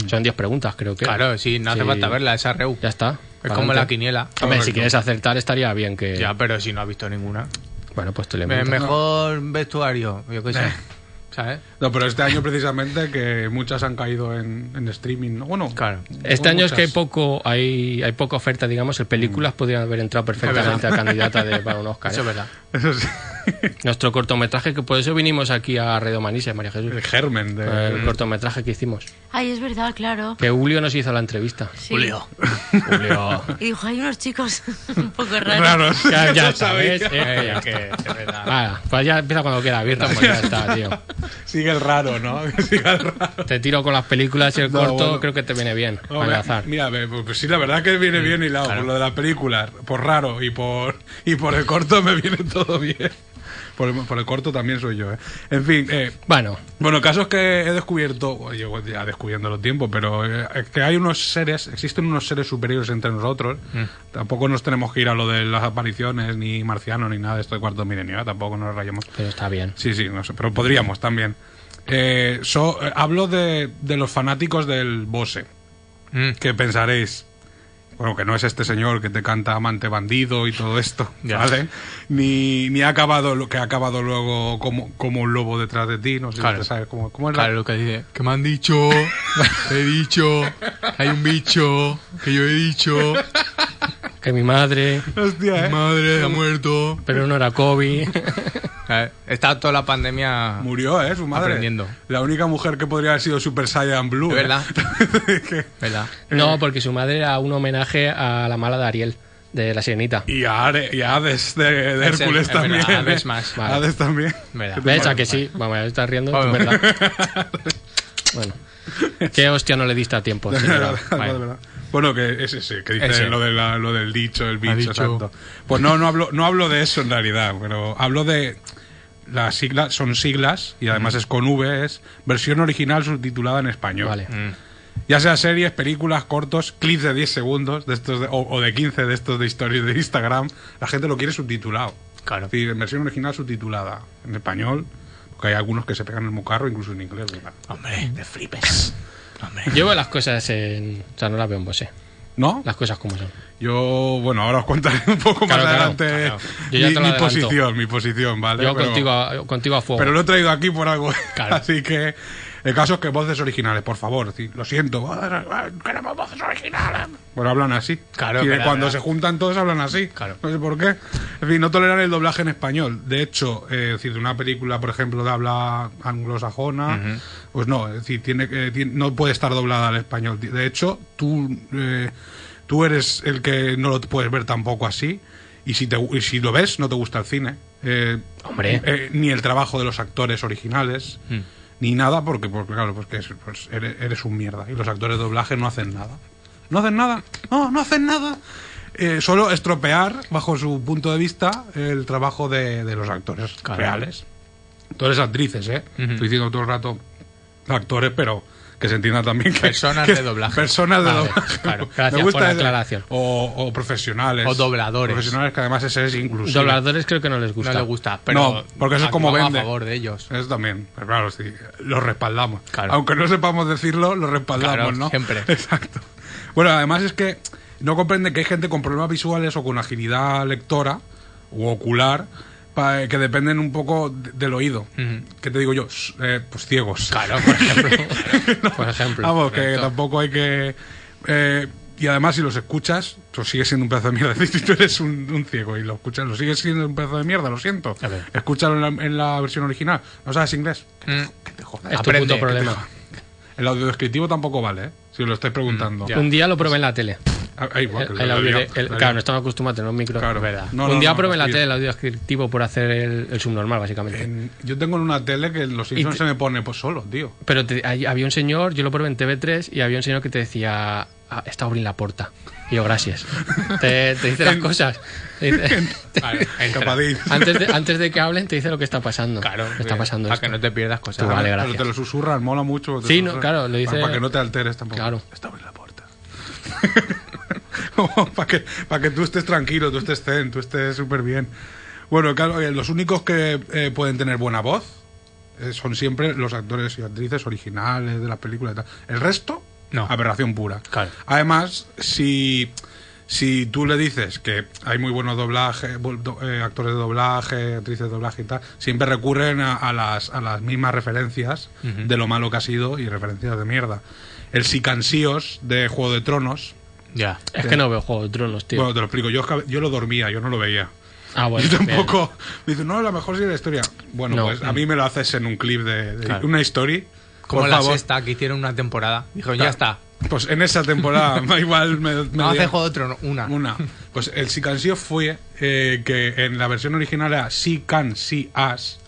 [SPEAKER 2] Son 10 preguntas, creo que.
[SPEAKER 3] Claro, sí, no hace
[SPEAKER 2] Sí.
[SPEAKER 3] falta verla, esa reu.
[SPEAKER 2] Ya está.
[SPEAKER 3] Es como la
[SPEAKER 2] Adelante.
[SPEAKER 3] quiniela.
[SPEAKER 2] Hombre, si
[SPEAKER 4] Correcto.
[SPEAKER 2] quieres acertar, estaría bien que.
[SPEAKER 3] Ya, pero si no has visto ninguna.
[SPEAKER 2] Bueno, pues tú le
[SPEAKER 3] Me-
[SPEAKER 2] metes.
[SPEAKER 3] mejor vestuario, yo qué sé. ¿Sabes?
[SPEAKER 4] No, pero este año precisamente que muchas han caído en, en streaming. ¿no? Bueno,
[SPEAKER 3] Claro.
[SPEAKER 2] Este año es que hay
[SPEAKER 4] muchas.
[SPEAKER 2] poco, hay, hay poca oferta, digamos. En películas podrían haber entrado perfectamente a candidata de, para un Oscar.
[SPEAKER 3] Hmm. Eso
[SPEAKER 2] ¿eh?
[SPEAKER 3] es verdad.
[SPEAKER 4] Eso sí.
[SPEAKER 2] Nuestro cortometraje, que por eso vinimos aquí a Redomanises, María Jesús.
[SPEAKER 4] El germen de.
[SPEAKER 2] El cortometraje que hicimos.
[SPEAKER 5] Ay, es verdad, claro.
[SPEAKER 2] Que Julio nos hizo la entrevista.
[SPEAKER 5] Sí.
[SPEAKER 3] Julio.
[SPEAKER 2] Julio.
[SPEAKER 5] Y dijo, hay unos chicos un poco raros.
[SPEAKER 4] Claro,
[SPEAKER 2] Ya, ya
[SPEAKER 4] lo sabía.
[SPEAKER 2] sabes. eh, ya
[SPEAKER 3] Es
[SPEAKER 2] está.
[SPEAKER 3] que, es verdad.
[SPEAKER 2] Vale, pues ya empieza cuando quiera, birra, pues ya está, tío.
[SPEAKER 4] Sigue el raro, ¿no? Sigue el raro.
[SPEAKER 2] Te tiro con las películas y el
[SPEAKER 4] No,
[SPEAKER 2] corto,
[SPEAKER 4] bueno.
[SPEAKER 2] creo que te viene bien.
[SPEAKER 4] No,
[SPEAKER 2] para
[SPEAKER 4] mira,
[SPEAKER 2] enlazar.
[SPEAKER 4] mira, ve, pues sí, la verdad que viene bien hilado. Por lo de las películas, por raro y por, y por el corto me viene todo bien. Por el, por el corto también soy yo, ¿eh? En fin, eh,
[SPEAKER 2] Bueno,
[SPEAKER 4] bueno, casos que he descubierto, bueno, llevo ya descubriendo los tiempos, pero eh, es que hay unos seres, existen unos seres superiores entre nosotros.
[SPEAKER 3] Mm.
[SPEAKER 4] Tampoco nos tenemos que ir a lo de las apariciones, ni marcianos, ni nada de esto de cuarto milenio, ¿eh? tampoco nos rayemos.
[SPEAKER 2] pero está bien.
[SPEAKER 4] Sí, sí, no sé, pero podríamos también. Eh, so- eh, hablo de, de los fanáticos del Bose,
[SPEAKER 3] Mm.
[SPEAKER 4] que pensaréis, bueno, que no es este señor que te canta Amante Bandido y todo esto,
[SPEAKER 3] Ya.
[SPEAKER 4] ¿vale? Ni, ni ha acabado lo que ha acabado luego como, como un lobo detrás de ti, no sé
[SPEAKER 3] Claro.
[SPEAKER 4] si te sabes cómo, cómo es la-
[SPEAKER 3] Claro, lo que dice, que me han dicho, he dicho, que hay un bicho, que yo he dicho,
[SPEAKER 2] Que mi madre,
[SPEAKER 4] Hostia,
[SPEAKER 3] mi
[SPEAKER 4] ¿eh?
[SPEAKER 3] madre ha muerto.
[SPEAKER 2] pero no era Kobe.
[SPEAKER 3] Eh, Está toda la pandemia
[SPEAKER 4] Murió, ¿eh? Su madre.
[SPEAKER 3] Aprendiendo.
[SPEAKER 4] La única mujer que podría haber sido Super Saiyan Blue.
[SPEAKER 3] De
[SPEAKER 4] ¿eh?
[SPEAKER 3] verdad.
[SPEAKER 4] Que-
[SPEAKER 3] ¿Verdad?
[SPEAKER 2] No, porque su madre era un homenaje a la mala de Ariel, de la sirenita.
[SPEAKER 4] y, a Are- y a Hades de, de
[SPEAKER 3] Es el-
[SPEAKER 4] Hércules
[SPEAKER 3] es
[SPEAKER 4] también.
[SPEAKER 3] verdad, Hades
[SPEAKER 4] ¿eh?
[SPEAKER 3] más,
[SPEAKER 2] vale.
[SPEAKER 4] Hades también.
[SPEAKER 3] ¿Verdad?
[SPEAKER 2] ¿Ves? ¿A que sí? Vamos, ya estás riendo, es
[SPEAKER 3] Vamos.
[SPEAKER 2] verdad. Bueno. Qué hostia no le diste a tiempo, señora.
[SPEAKER 4] Vale,
[SPEAKER 2] Vale.
[SPEAKER 4] vale. Bueno, que ese sí, que dice
[SPEAKER 3] Ese.
[SPEAKER 4] Lo, de la- lo del dicho, el bicho,
[SPEAKER 3] dicho.
[SPEAKER 4] exacto. Pues no, no hablo, no hablo de eso en realidad, pero hablo de las siglas, son siglas y además es con V, es versión original subtitulada en español.
[SPEAKER 2] Vale.
[SPEAKER 4] Ya sea series, películas, cortos, clips de 10 segundos de estos de- o, o de 15 de estos de historias de Instagram, la gente lo quiere subtitulado.
[SPEAKER 3] Claro.
[SPEAKER 4] Es decir, en versión original subtitulada, en español, porque hay algunos que se pegan el mocarro incluso en inglés. ¿verdad?
[SPEAKER 2] Ah.
[SPEAKER 3] Hombre, te flipes. Hombre.
[SPEAKER 2] Yo veo las cosas en. O sea, no las veo en Bose.
[SPEAKER 4] ¿No?
[SPEAKER 2] Las cosas como son.
[SPEAKER 4] Yo, bueno, ahora os contaré un poco
[SPEAKER 2] Claro,
[SPEAKER 4] más
[SPEAKER 2] claro,
[SPEAKER 4] adelante
[SPEAKER 2] claro. Yo ya te
[SPEAKER 4] mi,
[SPEAKER 2] lo
[SPEAKER 4] mi
[SPEAKER 2] adelanto.
[SPEAKER 4] posición, mi posición, ¿vale?
[SPEAKER 2] Yo
[SPEAKER 4] Pero-
[SPEAKER 2] contigo, a, contigo a fuego.
[SPEAKER 4] Pero lo he traído aquí por algo.
[SPEAKER 2] Claro.
[SPEAKER 4] Así que el caso es que voces originales, por favor. sí, Lo siento. Queremos voces originales. Bueno, hablan así.
[SPEAKER 3] Claro,
[SPEAKER 4] Y de
[SPEAKER 3] verdad,
[SPEAKER 4] cuando
[SPEAKER 3] verdad.
[SPEAKER 4] se juntan todos hablan así.
[SPEAKER 3] Claro.
[SPEAKER 4] No sé por qué. En fin, no toleran el doblaje en español. De hecho, eh, es decir, de una película, por ejemplo, de habla anglosajona, pues no, es decir, tiene, que- tiene- no puede estar doblada al español. De hecho, tú, eh, tú eres el que no lo puedes ver tampoco así. Y si, te, y si lo ves, no te gusta el cine. Eh,
[SPEAKER 2] Hombre. Mm.
[SPEAKER 4] eh, ni el trabajo de los actores originales, ni nada, porque, porque, claro, porque es- pues eres, eres un mierda. Y los actores de doblaje no hacen nada. No hacen nada. No, no hacen nada. Eh, solo estropear, bajo su punto de vista, el trabajo de, de los actores reales. Actores, actrices, ¿eh? Estoy diciendo todo el rato actores, pero que se entienda también que...
[SPEAKER 3] Personas
[SPEAKER 4] que-
[SPEAKER 3] de doblaje.
[SPEAKER 4] Personas de
[SPEAKER 2] Vale,
[SPEAKER 4] doblaje.
[SPEAKER 2] claro. Gracias por la
[SPEAKER 4] ese-
[SPEAKER 2] aclaración.
[SPEAKER 4] O, o profesionales.
[SPEAKER 3] O dobladores.
[SPEAKER 4] Profesionales, que además ese es inclusivo.
[SPEAKER 2] Dobladores creo que no les
[SPEAKER 3] No
[SPEAKER 2] gusta.
[SPEAKER 3] le gusta, pero.
[SPEAKER 4] No, porque eso es como
[SPEAKER 3] actúa
[SPEAKER 4] vende.
[SPEAKER 3] a favor de ellos.
[SPEAKER 4] Eso también, pero claro, sí, lo respaldamos.
[SPEAKER 3] Claro.
[SPEAKER 4] Aunque no sepamos decirlo, lo respaldamos,
[SPEAKER 3] Claro,
[SPEAKER 4] ¿no?
[SPEAKER 3] siempre.
[SPEAKER 4] Exacto. Bueno, además es que no comprende que hay gente con problemas visuales o con agilidad lectora o ocular pa- eh, que dependen un poco de- del oído. ¿Qué te digo yo? S- eh, pues ciegos.
[SPEAKER 3] Claro, por ejemplo.
[SPEAKER 2] Por ejemplo.
[SPEAKER 4] Vamos, que
[SPEAKER 3] correcto.
[SPEAKER 4] tampoco hay que... eh, y además, si los escuchas, tú sigues siendo un pedazo de mierda. Si tú eres un, un ciego y lo escuchas, lo sigues siendo un pedazo de mierda, lo siento.
[SPEAKER 3] A ver.
[SPEAKER 4] Escúchalo en la, en la versión original. No sabes inglés.
[SPEAKER 3] Mm.
[SPEAKER 2] Es tu
[SPEAKER 3] Aprende.
[SPEAKER 2] puto problema.
[SPEAKER 4] Eh, El audiodescriptivo tampoco vale, ¿eh? Si lo estáis preguntando.
[SPEAKER 3] ya.
[SPEAKER 2] Un día lo probé en la tele.
[SPEAKER 4] Ah, ah, igual que
[SPEAKER 2] Mm, El-
[SPEAKER 4] el
[SPEAKER 2] el
[SPEAKER 4] audio-
[SPEAKER 2] audio- el-
[SPEAKER 4] audio-
[SPEAKER 2] claro, no estamos acostumbrados a tener un micro.
[SPEAKER 4] Claro. No,
[SPEAKER 2] un
[SPEAKER 4] no,
[SPEAKER 2] día
[SPEAKER 4] no, Eh,
[SPEAKER 2] probé en la
[SPEAKER 4] sí.
[SPEAKER 2] tele el audio descriptivo por hacer el, el subnormal, básicamente.
[SPEAKER 4] En- yo tengo en una tele que en los Simpsons
[SPEAKER 2] Y
[SPEAKER 4] se me pone pues solo, tío.
[SPEAKER 2] Pero te- hay- había un señor, yo lo probé en TV3 y había un señor que te decía, "Ah, está abriendo la puerta. Y yo, gracias. te, te dice las cosas. Te dice-
[SPEAKER 4] Ah,
[SPEAKER 3] Vale, entra.
[SPEAKER 4] Escapadín.
[SPEAKER 2] antes, de, antes de que hablen te dice lo que está pasando.
[SPEAKER 3] Claro,
[SPEAKER 2] está pasando
[SPEAKER 3] Para
[SPEAKER 2] esto.
[SPEAKER 3] que no te pierdas
[SPEAKER 2] Tú,
[SPEAKER 3] cosas.
[SPEAKER 2] vale,
[SPEAKER 4] Pero
[SPEAKER 2] gracias.
[SPEAKER 4] te lo susurran, mola mucho. te
[SPEAKER 2] Sí, no,
[SPEAKER 4] susurran.
[SPEAKER 2] claro, lo dice-
[SPEAKER 4] Para, para que no te alteres tampoco.
[SPEAKER 2] Claro.
[SPEAKER 4] Está abriendo la puerta. Como para que, para que tú estés tranquilo, tú estés zen, tú estés súper bien. Bueno, claro, eh, los únicos que eh, pueden tener buena voz eh, son siempre los actores y actrices originales de las películas y tal. El resto,
[SPEAKER 3] No.
[SPEAKER 4] aberración pura.
[SPEAKER 3] Claro.
[SPEAKER 4] Además, si, si tú le dices que hay muy buenos doblajes, bu- do- eh, actores de doblaje, actrices de doblaje y tal, siempre recurren a, a las, a las mismas referencias de lo malo que ha sido y referencias de mierda. El Sicansíos de Juego de Tronos,
[SPEAKER 3] Ya.
[SPEAKER 2] Es que no veo Juego de Tronos, tío.
[SPEAKER 4] bueno, te lo explico, yo, es que- yo lo dormía, yo no lo veía.
[SPEAKER 2] ah, bueno.
[SPEAKER 4] yo
[SPEAKER 2] bien.
[SPEAKER 4] tampoco. Me dicen, no, la mejor serie de la historia. Bueno,
[SPEAKER 2] No.
[SPEAKER 4] pues a mí me lo haces en un clip de, de
[SPEAKER 3] Claro.
[SPEAKER 4] una story.
[SPEAKER 3] Como
[SPEAKER 4] por
[SPEAKER 3] la
[SPEAKER 4] favor.
[SPEAKER 3] sexta que hicieron una temporada. Dijo, ya está.
[SPEAKER 4] Pues en esa temporada, igual me. me
[SPEAKER 3] No hace
[SPEAKER 4] dieron-
[SPEAKER 3] juego otro, no,
[SPEAKER 2] Ah.
[SPEAKER 3] una.
[SPEAKER 4] Una. Pues el Sicansío fue eh, que en la versión original era Si Can Si As.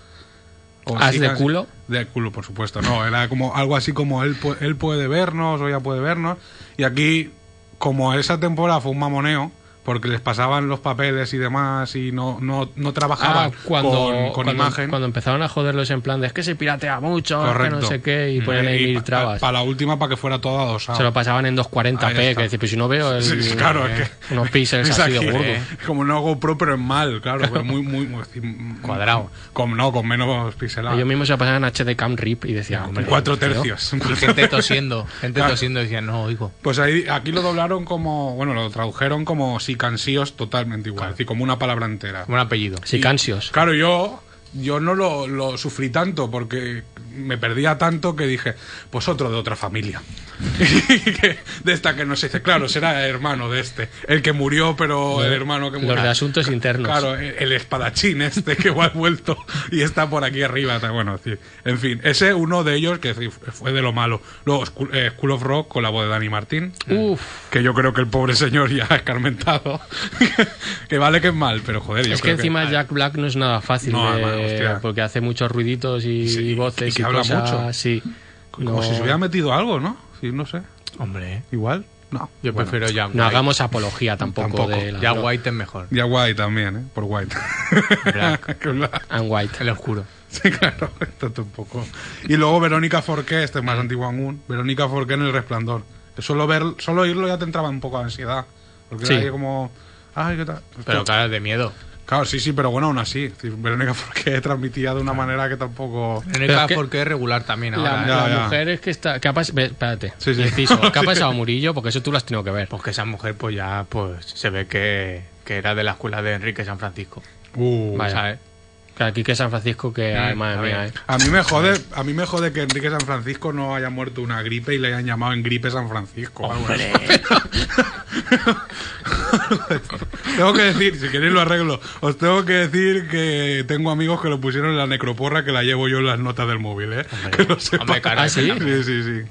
[SPEAKER 4] O
[SPEAKER 2] ¿As
[SPEAKER 4] "Si
[SPEAKER 2] de
[SPEAKER 4] can, si-".
[SPEAKER 2] culo?
[SPEAKER 4] De culo, por supuesto. No, era como algo así como él, pu- él puede vernos o ella puede vernos. Y aquí, como esa temporada fue un mamoneo, porque les pasaban los papeles y demás y no, no, no trabajaban
[SPEAKER 2] Ah, cuando,
[SPEAKER 4] con, con
[SPEAKER 2] cuando-
[SPEAKER 4] imagen.
[SPEAKER 2] cuando empezaron a joderlos en plan de es que se piratea mucho, es que
[SPEAKER 4] Correcto. Mm. Eh,
[SPEAKER 2] no sé qué, y ponían ahí mil
[SPEAKER 4] Para
[SPEAKER 2] trabas.
[SPEAKER 4] la última, para que fuera todo adosado.
[SPEAKER 2] Se lo pasaban en 240p,
[SPEAKER 4] Ahí
[SPEAKER 2] que
[SPEAKER 4] está.
[SPEAKER 2] decir, pues si no veo el- eh,
[SPEAKER 4] Sí, sí, claro, es que-
[SPEAKER 2] unos píxeles
[SPEAKER 4] es
[SPEAKER 2] así de
[SPEAKER 4] aquí,
[SPEAKER 2] gordo.
[SPEAKER 4] eh, Como una GoPro, pero en mal, claro. pero muy, muy, muy- mm,
[SPEAKER 3] Cuadrado.
[SPEAKER 4] Con, no, con menos pixelado.
[SPEAKER 2] Ellos mismos se lo pasaban en HD Cam Rip y decían, hombre,
[SPEAKER 4] Cuatro
[SPEAKER 2] pero-
[SPEAKER 4] tercios.
[SPEAKER 3] Y gente tosiendo, gente
[SPEAKER 4] Claro.
[SPEAKER 3] tosiendo y decían, no, oigo.
[SPEAKER 4] Pues ahí, aquí lo doblaron como, bueno, lo tradujeron como sicansíos totalmente igual, es decir, como una palabra entera.
[SPEAKER 3] Como un apellido.
[SPEAKER 2] Sicansios.
[SPEAKER 4] Claro, yo, yo no lo, lo sufrí tanto porque me perdía tanto que dije, pues otro de otra familia. Y que- de esta que no se dice, claro, será hermano de este, el que murió, pero el hermano que
[SPEAKER 2] Los
[SPEAKER 4] murió.
[SPEAKER 2] de asuntos internos.
[SPEAKER 4] Claro, el, el espadachín este que ha vuelto y está por aquí arriba. tal, Bueno, sí. en fin, ese uno de ellos que fue de lo malo. Luego, School eh, School of Rock con la voz de Dani Martín eh,
[SPEAKER 2] Uf.
[SPEAKER 4] que yo creo que el pobre señor ya ha escarmentado. que vale que es mal, pero joder, yo
[SPEAKER 2] Es que
[SPEAKER 4] creo
[SPEAKER 2] encima Jack Black no es nada fácil,
[SPEAKER 4] No,
[SPEAKER 2] de-
[SPEAKER 4] hermano, hostia.
[SPEAKER 2] porque hace muchos ruiditos y,
[SPEAKER 4] Sí,
[SPEAKER 2] y voces
[SPEAKER 4] y que
[SPEAKER 2] y
[SPEAKER 4] habla
[SPEAKER 2] cosas,
[SPEAKER 4] mucho.
[SPEAKER 2] Sí.
[SPEAKER 4] Como
[SPEAKER 2] No-
[SPEAKER 4] si se hubiera metido algo, ¿no? Sí, no sé.
[SPEAKER 3] Hombre,
[SPEAKER 4] Igual. No.
[SPEAKER 3] yo
[SPEAKER 4] Bueno,
[SPEAKER 3] prefiero ya
[SPEAKER 2] No hagamos apología tampoco,
[SPEAKER 3] tampoco.
[SPEAKER 2] de la-
[SPEAKER 3] ya
[SPEAKER 2] no.
[SPEAKER 3] White es mejor.
[SPEAKER 4] Y a White también, ¿eh? Por White.
[SPEAKER 3] Black.
[SPEAKER 4] Que bla-
[SPEAKER 2] And White.
[SPEAKER 3] El oscuro.
[SPEAKER 4] sí, claro, esto tampoco. Y luego Verónica Forqué, este es más antiguo aún. Verónica Forqué en El Resplandor. Que solo, ver, solo oírlo ya te entraba un poco de ansiedad. Porque
[SPEAKER 2] Sí.
[SPEAKER 4] era ahí como. Ay, ¿qué tal?
[SPEAKER 3] Pero claro, de miedo.
[SPEAKER 4] Claro, sí, sí, pero bueno, aún así. Es decir, Verónica Forqué transmitía de una manera que tampoco.
[SPEAKER 3] En
[SPEAKER 2] Pero es que-
[SPEAKER 3] porque es regular también
[SPEAKER 2] La,
[SPEAKER 3] ahora. ¿eh?
[SPEAKER 4] Ya,
[SPEAKER 2] la
[SPEAKER 4] ya.
[SPEAKER 2] mujer es que está. ¿Qué ha pas- ve, Espérate.
[SPEAKER 4] Sí, sí.
[SPEAKER 2] Inciso, ¿Qué ha pasado, Murillo? Porque eso tú lo has tenido que ver.
[SPEAKER 3] Pues que esa mujer, pues ya, pues se ve que, que era de la escuela de Enrique San Francisco.
[SPEAKER 4] Uh,
[SPEAKER 2] Vaya.
[SPEAKER 3] ¿sabes?
[SPEAKER 2] Que Aquí que San Francisco, que. ay, madre
[SPEAKER 3] a ver.
[SPEAKER 2] mía, eh.
[SPEAKER 4] A mí me jode, a mí me jode que Enrique San Francisco no haya muerto una gripe y le hayan llamado en gripe San Francisco. o algo así. tengo que decir, si queréis lo arreglo, os tengo que decir que tengo amigos que lo pusieron en la necroporra que la llevo yo en las notas del móvil, ¿eh? que lo sepáis.
[SPEAKER 3] hombre, claro,
[SPEAKER 2] ¿Ah, sí?
[SPEAKER 4] sí, sí, sí.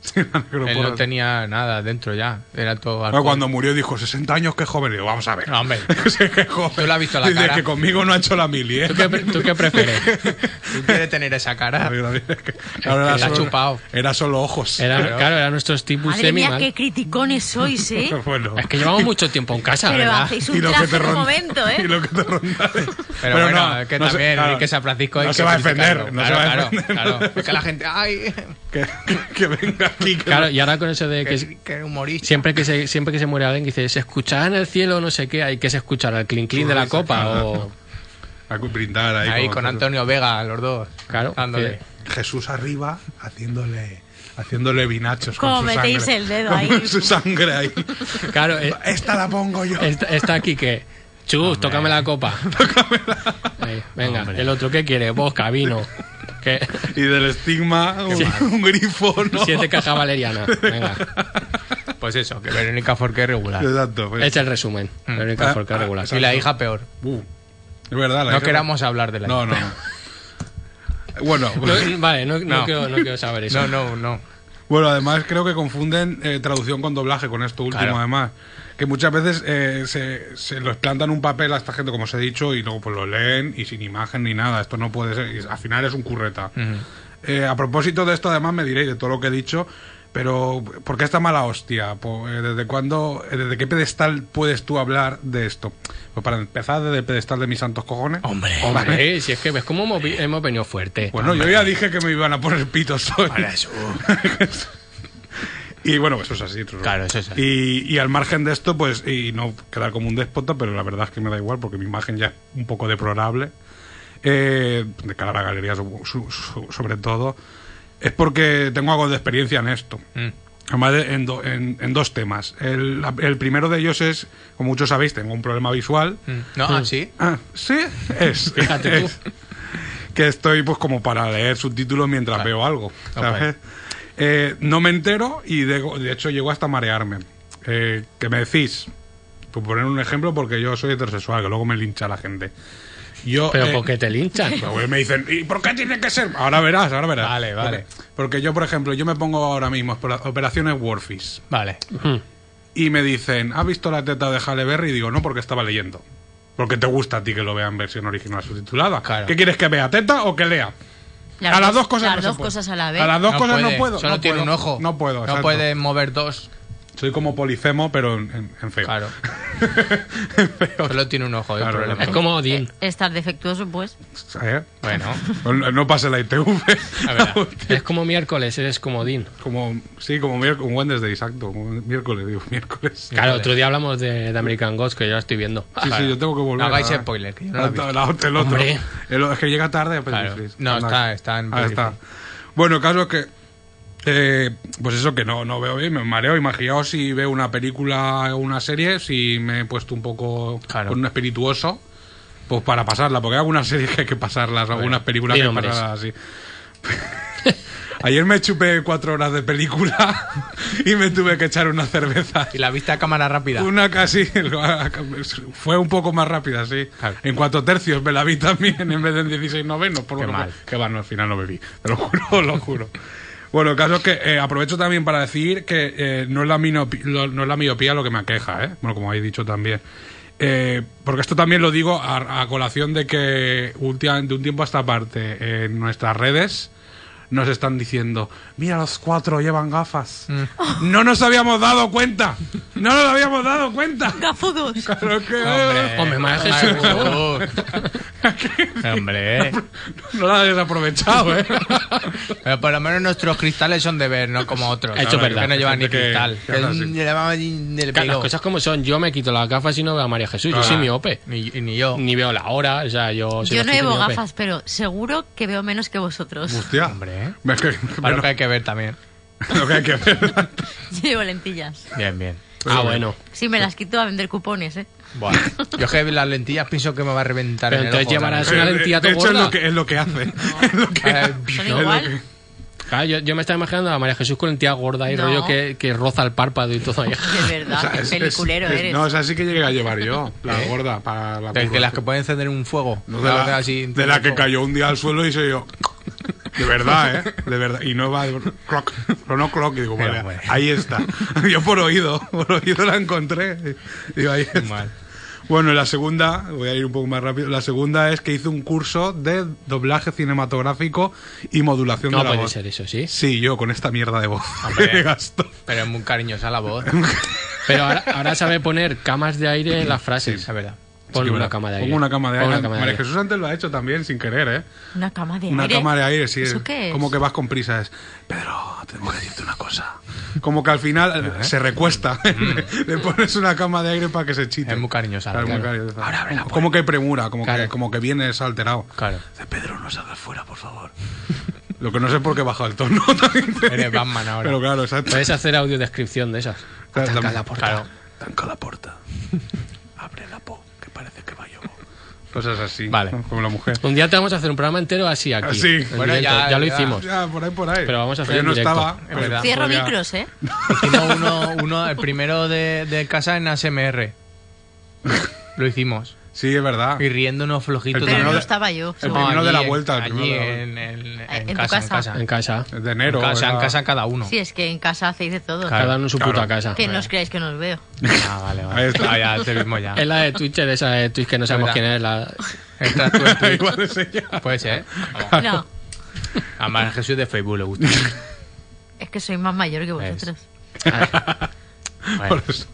[SPEAKER 4] Sí, la
[SPEAKER 3] Él
[SPEAKER 4] necroporra.
[SPEAKER 3] no tenía nada dentro ya. Era todo
[SPEAKER 4] Bueno,
[SPEAKER 3] alcohol.
[SPEAKER 4] cuando murió dijo 60 años, qué joven. Digo, vamos a ver.
[SPEAKER 3] No, hombre.
[SPEAKER 4] Sí, qué joven.
[SPEAKER 3] Tú le has visto la
[SPEAKER 4] Dice
[SPEAKER 3] cara.
[SPEAKER 4] que conmigo no ha hecho la mili, ¿eh?
[SPEAKER 2] ¿Tú qué, pre- tú qué prefieres?
[SPEAKER 3] Tú quieres tener esa cara.
[SPEAKER 4] Claro,
[SPEAKER 3] la ha chupado.
[SPEAKER 4] era solo ojos.
[SPEAKER 2] Era, claro, eran nuestros tipos
[SPEAKER 5] Madre
[SPEAKER 2] semi.
[SPEAKER 5] mía, qué criticones sois, ¿eh?
[SPEAKER 4] Bueno.
[SPEAKER 2] Es que llevamos mucho tiempo en casa,
[SPEAKER 5] Pero
[SPEAKER 2] ¿verdad?
[SPEAKER 5] hacéis un traje en un
[SPEAKER 4] ron-
[SPEAKER 5] momento,
[SPEAKER 4] Y
[SPEAKER 5] ¿eh?
[SPEAKER 4] lo que te ronda. Pero,
[SPEAKER 3] Pero, bueno, es que también Enrique San Francisco hay
[SPEAKER 4] no
[SPEAKER 3] que
[SPEAKER 4] se va a defender.
[SPEAKER 3] criticarlo.
[SPEAKER 4] No se
[SPEAKER 3] Claro,
[SPEAKER 4] va a
[SPEAKER 3] claro,
[SPEAKER 4] defender.
[SPEAKER 3] claro. Es que la gente, ay,
[SPEAKER 4] Que, que venga aquí. Que
[SPEAKER 2] Claro, y ahora con eso de que
[SPEAKER 3] que, que humorista.
[SPEAKER 2] siempre que se, siempre que se muere alguien, que dice, se escuchará en el cielo, no sé qué, hay que se escuchará el clink clink de la copa o.
[SPEAKER 4] A brindar ahí,
[SPEAKER 3] Ahí
[SPEAKER 4] con-
[SPEAKER 3] con Antonio Vega, los dos.
[SPEAKER 2] Claro,
[SPEAKER 3] Dándole.
[SPEAKER 2] que-
[SPEAKER 4] Jesús arriba haciéndole, haciéndole vinachos.
[SPEAKER 5] Como
[SPEAKER 4] con su
[SPEAKER 5] metéis
[SPEAKER 4] sangre.
[SPEAKER 5] el dedo
[SPEAKER 4] Con
[SPEAKER 5] ahí.
[SPEAKER 4] su sangre ahí.
[SPEAKER 2] Claro, eh,
[SPEAKER 4] Esta la pongo yo.
[SPEAKER 2] Está, está aquí que. Chus, tócame la copa. Ahí, venga, el otro, ¿qué quiere? Bosca, vino. ¿Qué?
[SPEAKER 4] Y del estigma, un, un grifo, ¿no?
[SPEAKER 2] Siete cajas valeriana. Venga,
[SPEAKER 3] Pues eso, que Verónica Forqué es regular.
[SPEAKER 4] Exacto. pues.
[SPEAKER 2] es el resumen. La única
[SPEAKER 4] Ah,
[SPEAKER 2] forca
[SPEAKER 4] ah,
[SPEAKER 2] regular.
[SPEAKER 3] Y la hija peor.
[SPEAKER 4] Uh, es verdad. la
[SPEAKER 3] No
[SPEAKER 4] hija-
[SPEAKER 3] queramos hablar de la
[SPEAKER 4] No,
[SPEAKER 3] hija.
[SPEAKER 4] no. Bueno,
[SPEAKER 2] No, vale, no, no
[SPEAKER 3] No.
[SPEAKER 2] Quiero, no quiero saber eso.
[SPEAKER 3] No, no, no.
[SPEAKER 4] bueno, además creo que confunden eh, traducción con doblaje, con esto último
[SPEAKER 3] Claro.
[SPEAKER 4] además. Que muchas veces eh, se, se los plantan un papel a esta gente, como os he dicho, y luego pues lo leen y sin imagen ni nada. Esto no puede ser. y al final es un curreta. Eh, a propósito de esto, además, me diréis de todo lo que he dicho, pero ¿por qué esta mala hostia? Po- eh, ¿Desde cuándo, eh, desde qué pedestal puedes tú hablar de esto? Pues para empezar, desde el pedestal de mis santos cojones.
[SPEAKER 3] Hombre,
[SPEAKER 2] Hombre, si es que ves cómo hemos, vi- hemos venido fuerte.
[SPEAKER 4] Bueno, Pues yo ya dije que me iban a poner pitos hoy.
[SPEAKER 3] Para eso.
[SPEAKER 4] Y bueno, pues eso es así. Rorro.
[SPEAKER 3] Claro, eso es así.
[SPEAKER 4] Y, y al margen de esto, pues, y no quedar como un déspota, pero la verdad es que me da igual porque mi imagen ya es un poco deplorable. eh, de cara a la galería, so- so- so- sobre todo. Es porque tengo algo de experiencia en esto.
[SPEAKER 3] Mm.
[SPEAKER 4] Además, de- en, do- en- en dos temas. El, la- el primero de ellos es, como muchos sabéis, tengo un problema visual.
[SPEAKER 3] No, ah, sí.
[SPEAKER 4] Ah, sí, es.
[SPEAKER 2] Fíjate tú.
[SPEAKER 4] es que estoy pues como para leer subtítulos mientras veo algo. ¿sabes? Eh, no me entero y de, de hecho llego hasta marearme. Eh, que me decís, por poner un ejemplo, porque yo soy heterosexual, que luego me lincha la gente. Yo,
[SPEAKER 2] Pero
[SPEAKER 4] eh,
[SPEAKER 2] porque te linchan.
[SPEAKER 4] luego me dicen, ¿y por qué tiene que ser? Ahora verás, ahora verás.
[SPEAKER 3] Vale, vale.
[SPEAKER 4] Porque, porque yo, por ejemplo, yo me pongo ahora mismo espera- operaciones Warfish
[SPEAKER 3] Vale.
[SPEAKER 2] Mm.
[SPEAKER 4] y me dicen, ¿has visto la teta de Halle Berry? Y digo, no, porque estaba leyendo. Porque te gusta a ti que lo vea en versión original subtitulada.
[SPEAKER 3] Claro.
[SPEAKER 4] ¿Qué quieres que vea, teta o que lea?
[SPEAKER 5] Las
[SPEAKER 4] a las
[SPEAKER 5] dos-
[SPEAKER 4] dos cosas
[SPEAKER 5] las
[SPEAKER 4] no se
[SPEAKER 5] dos
[SPEAKER 4] puede.
[SPEAKER 5] cosas a la vez.
[SPEAKER 4] A las dos
[SPEAKER 3] No
[SPEAKER 4] cosas
[SPEAKER 3] puede,
[SPEAKER 4] no puedo.
[SPEAKER 3] Solo
[SPEAKER 4] no
[SPEAKER 3] tiene
[SPEAKER 4] puedo,
[SPEAKER 3] un ojo.
[SPEAKER 4] No puedo.
[SPEAKER 3] No
[SPEAKER 4] exacto.
[SPEAKER 3] puede mover dos.
[SPEAKER 4] Soy como Polifemo, pero en, en- en feo.
[SPEAKER 3] Claro. Solo tiene un ojo, de
[SPEAKER 4] Claro,
[SPEAKER 3] problema.
[SPEAKER 2] Es como Odín.
[SPEAKER 5] Estar defectuoso, pues.
[SPEAKER 4] ¿Eh?
[SPEAKER 3] Bueno,
[SPEAKER 4] No pase la ITV.
[SPEAKER 3] A ver.
[SPEAKER 2] Es como miércoles, eres como Odín.
[SPEAKER 4] como, sí, como miércoles, un Wednesday, exacto. Como miércoles, digo, miércoles.
[SPEAKER 2] Claro, otro día hablamos de, de American Gods, que yo la estoy viendo.
[SPEAKER 4] Sí, sí, yo tengo que volver.
[SPEAKER 3] No hagáis
[SPEAKER 4] ¿verdad?
[SPEAKER 3] spoiler, que yo no
[SPEAKER 4] Ah,
[SPEAKER 3] lo he visto.
[SPEAKER 4] la otra, el otro.
[SPEAKER 2] Hombre.
[SPEAKER 4] El o- es que llega tarde pues, a
[SPEAKER 3] Claro.
[SPEAKER 4] Petriflis.
[SPEAKER 3] No,
[SPEAKER 4] Anda.
[SPEAKER 3] está- está en
[SPEAKER 4] Ah, está. Bueno, el caso es que. eh, pues eso que no, no veo bien, me mareo. Imaginaos si veo una película o una serie, si me he puesto un poco
[SPEAKER 2] Claro.
[SPEAKER 4] con un espirituoso, pues para pasarla, porque hay algunas series que hay que pasarlas, algunas películas que
[SPEAKER 2] di
[SPEAKER 4] hay que
[SPEAKER 2] nombres.
[SPEAKER 4] pasarlas así. Ayer me chupé cuatro horas de película y me tuve que echar una cerveza.
[SPEAKER 3] Y la vista a cámara rápida.
[SPEAKER 4] Una casi. Fue un poco más rápida, sí.
[SPEAKER 3] Claro.
[SPEAKER 4] En cuatro tercios me la vi también en vez de en 16 novenos. Por
[SPEAKER 3] Qué
[SPEAKER 4] lo
[SPEAKER 3] mal.
[SPEAKER 4] Que va, no, al final no bebí. Te lo juro, lo juro. Bueno, el caso es que eh, aprovecho también para decir que eh, no, es la minopi- lo- no es la miopía lo que me aqueja, ¿eh? Bueno, como habéis dicho también. Eh, porque esto también lo digo a, a colación de que ulti- de un tiempo a esta parte eh, en nuestras redes nos están diciendo, mira los cuatro llevan gafas. No nos habíamos dado cuenta. No nos habíamos dado cuenta.
[SPEAKER 5] ¡Gafudos!
[SPEAKER 4] Claro que
[SPEAKER 2] Hombre, madre
[SPEAKER 3] Jesús. Hombre.
[SPEAKER 4] no la has desaprovechado, ¿eh?
[SPEAKER 3] Pero por lo menos nuestros cristales son de ver, no como otros.
[SPEAKER 2] Eso es verdad.
[SPEAKER 3] Que no llevan ni
[SPEAKER 4] Gente que-
[SPEAKER 3] cristal. Que
[SPEAKER 4] que habla así.
[SPEAKER 3] le va ni el
[SPEAKER 2] Claro, Las
[SPEAKER 3] pelo.
[SPEAKER 2] cosas como son, yo me quito las gafas y no veo a María Jesús, yo soy
[SPEAKER 4] Ah.
[SPEAKER 2] miope.
[SPEAKER 3] Ni, ni yo.
[SPEAKER 2] Ni veo la hora, o sea, yo... soy
[SPEAKER 5] Yo no
[SPEAKER 2] bastante
[SPEAKER 5] llevo
[SPEAKER 2] miope.
[SPEAKER 5] gafas, pero seguro que veo menos que vosotros.
[SPEAKER 4] Hostia.
[SPEAKER 3] Hombre, ¿eh?
[SPEAKER 4] Es que-
[SPEAKER 3] Para lo
[SPEAKER 4] bueno,
[SPEAKER 3] que hay que ver también.
[SPEAKER 4] lo que hay que ver.
[SPEAKER 5] Yo llevo lentillas.
[SPEAKER 3] Bien, bien.
[SPEAKER 2] Ah, bueno.
[SPEAKER 5] Sí, me las quito a vender cupones, ¿eh?
[SPEAKER 3] Bueno, yo es que las lentillas pienso que me va a reventar
[SPEAKER 2] Pero
[SPEAKER 3] en el
[SPEAKER 2] entonces
[SPEAKER 3] ojo
[SPEAKER 2] llevarás- Es
[SPEAKER 3] también.
[SPEAKER 2] una lentilla
[SPEAKER 4] de hecho, es
[SPEAKER 2] gorda.
[SPEAKER 4] lo, que, es lo que hace. Es lo que-
[SPEAKER 3] Eh,
[SPEAKER 5] Son
[SPEAKER 4] es lo
[SPEAKER 5] igual.
[SPEAKER 2] Claro, yo, yo me estaba imaginando a María Jesús con el tía gorda y
[SPEAKER 5] No.
[SPEAKER 2] rollo que, que roza el párpado y todo ahí.
[SPEAKER 5] De
[SPEAKER 4] o
[SPEAKER 5] verdad,
[SPEAKER 4] sea,
[SPEAKER 5] qué
[SPEAKER 4] es- es-
[SPEAKER 5] peliculero
[SPEAKER 4] es-
[SPEAKER 5] eres.
[SPEAKER 4] No, es así que llegué a llevar yo. La gorda para la
[SPEAKER 3] de
[SPEAKER 4] curva.
[SPEAKER 3] que las que pueden encender un fuego.
[SPEAKER 4] No, de, la,
[SPEAKER 3] Así,
[SPEAKER 4] de la que
[SPEAKER 3] fuego.
[SPEAKER 4] cayó un día al suelo y se yo. De verdad, ¿eh? De verdad. Y no va. Clock. Sonó clock. Y digo,
[SPEAKER 3] Pero
[SPEAKER 4] vale,
[SPEAKER 3] bueno.
[SPEAKER 4] ahí está. Yo por oído. Por oído la encontré. Digo, ahí está.
[SPEAKER 3] Mal.
[SPEAKER 4] Bueno, la segunda, voy a ir un poco más rápido. La segunda es que hice un curso de doblaje cinematográfico y modulación
[SPEAKER 2] No
[SPEAKER 4] de la
[SPEAKER 2] puede
[SPEAKER 4] voz.
[SPEAKER 2] ser eso, sí.
[SPEAKER 4] Sí, yo con esta mierda de voz.
[SPEAKER 3] Hombre.
[SPEAKER 4] que gasto.
[SPEAKER 3] Pero es muy cariñosa la voz.
[SPEAKER 2] Pero ahora, ahora sabe poner camas de aire en las frases.
[SPEAKER 3] Esa verdad.
[SPEAKER 2] Ponle
[SPEAKER 4] Sí,
[SPEAKER 2] una
[SPEAKER 4] verdad.
[SPEAKER 2] cama de aire.
[SPEAKER 4] Pongo una cama de
[SPEAKER 2] Pon
[SPEAKER 4] aire.
[SPEAKER 2] una cama de
[SPEAKER 4] María
[SPEAKER 2] aire.
[SPEAKER 4] Jesús antes lo ha hecho también, sin querer, ¿eh?
[SPEAKER 5] Una cama de
[SPEAKER 4] Una
[SPEAKER 5] aire.
[SPEAKER 4] cama de aire, sí.
[SPEAKER 5] ¿Eso qué es?
[SPEAKER 4] Como que vas con prisa. Es, Pedro, tengo que decirte una cosa. Como que al final eh, se recuesta. Le pones una cama de aire para que se chite.
[SPEAKER 3] Es muy cariñosa,
[SPEAKER 4] Claro,
[SPEAKER 3] claro.
[SPEAKER 4] muy cariñosa. como, como que hay premura, como,
[SPEAKER 2] Claro.
[SPEAKER 4] que, como que vienes alterado.
[SPEAKER 3] Claro.
[SPEAKER 4] Dice, Pedro, no salgas fuera, por favor. Lo que no sé por qué he bajado el tono. también te
[SPEAKER 3] Eres
[SPEAKER 4] digo.
[SPEAKER 3] Batman ahora.
[SPEAKER 4] Pero claro, exacto.
[SPEAKER 2] Puedes hacer audiodescripción de esas.
[SPEAKER 4] Claro,
[SPEAKER 2] Ataca
[SPEAKER 4] también.
[SPEAKER 2] la puerta.
[SPEAKER 3] Claro.
[SPEAKER 4] Tanca la puerta. Abre la po, que parece que va a llover. Cosas así.
[SPEAKER 3] Vale.
[SPEAKER 4] ¿no? Como la mujer.
[SPEAKER 2] Un día te vamos a hacer un programa entero así aquí.
[SPEAKER 4] Así.
[SPEAKER 2] en
[SPEAKER 3] Bueno,
[SPEAKER 2] directo.
[SPEAKER 3] ya-
[SPEAKER 2] ya, lo
[SPEAKER 3] ya.
[SPEAKER 2] hicimos.
[SPEAKER 4] Ya, por ahí, por ahí.
[SPEAKER 2] Pero vamos a hacer
[SPEAKER 4] Yo
[SPEAKER 2] en
[SPEAKER 4] no
[SPEAKER 2] directo.
[SPEAKER 4] estaba.
[SPEAKER 3] Es verdad.
[SPEAKER 5] Cierro
[SPEAKER 4] podía-
[SPEAKER 5] micros, ¿eh?
[SPEAKER 3] Hicimos uno, uno, el primero de, de casa en ASMR. Lo hicimos.
[SPEAKER 4] Sí, es verdad.
[SPEAKER 3] Y riéndonos flojito.
[SPEAKER 4] Ah. El
[SPEAKER 5] Pero
[SPEAKER 4] primero
[SPEAKER 5] no
[SPEAKER 4] de- este,
[SPEAKER 5] estaba yo.
[SPEAKER 4] el
[SPEAKER 5] seguro.
[SPEAKER 4] primero de la
[SPEAKER 3] allí en-
[SPEAKER 4] vuelta, el
[SPEAKER 3] Allí
[SPEAKER 4] primero de la
[SPEAKER 3] en, en- en
[SPEAKER 5] En tu
[SPEAKER 3] casa, en
[SPEAKER 5] casa.
[SPEAKER 3] casa.
[SPEAKER 2] En casa.
[SPEAKER 4] De enero.
[SPEAKER 3] En casa, en
[SPEAKER 4] era-
[SPEAKER 3] casa cada uno.
[SPEAKER 5] Sí, es que en casa hacéis de todo.
[SPEAKER 3] Claro.
[SPEAKER 2] Cada uno en su puta casa.
[SPEAKER 5] Que no os creáis que no os veo.
[SPEAKER 3] Ah, vale, vale.
[SPEAKER 4] Ahí está.
[SPEAKER 3] Ah, ya, te vimos ya.
[SPEAKER 2] Es la de Twitch, de esa de Twitch que no
[SPEAKER 3] Verdad.
[SPEAKER 2] sabemos quién es. La...
[SPEAKER 3] Entras tú en Twitch.
[SPEAKER 4] Igual es ella.
[SPEAKER 3] Puede ser. ¿eh?
[SPEAKER 5] No,
[SPEAKER 3] Además, Jesús de Facebook le gusta.
[SPEAKER 5] es que soy más mayor que vosotros.
[SPEAKER 4] Por eso.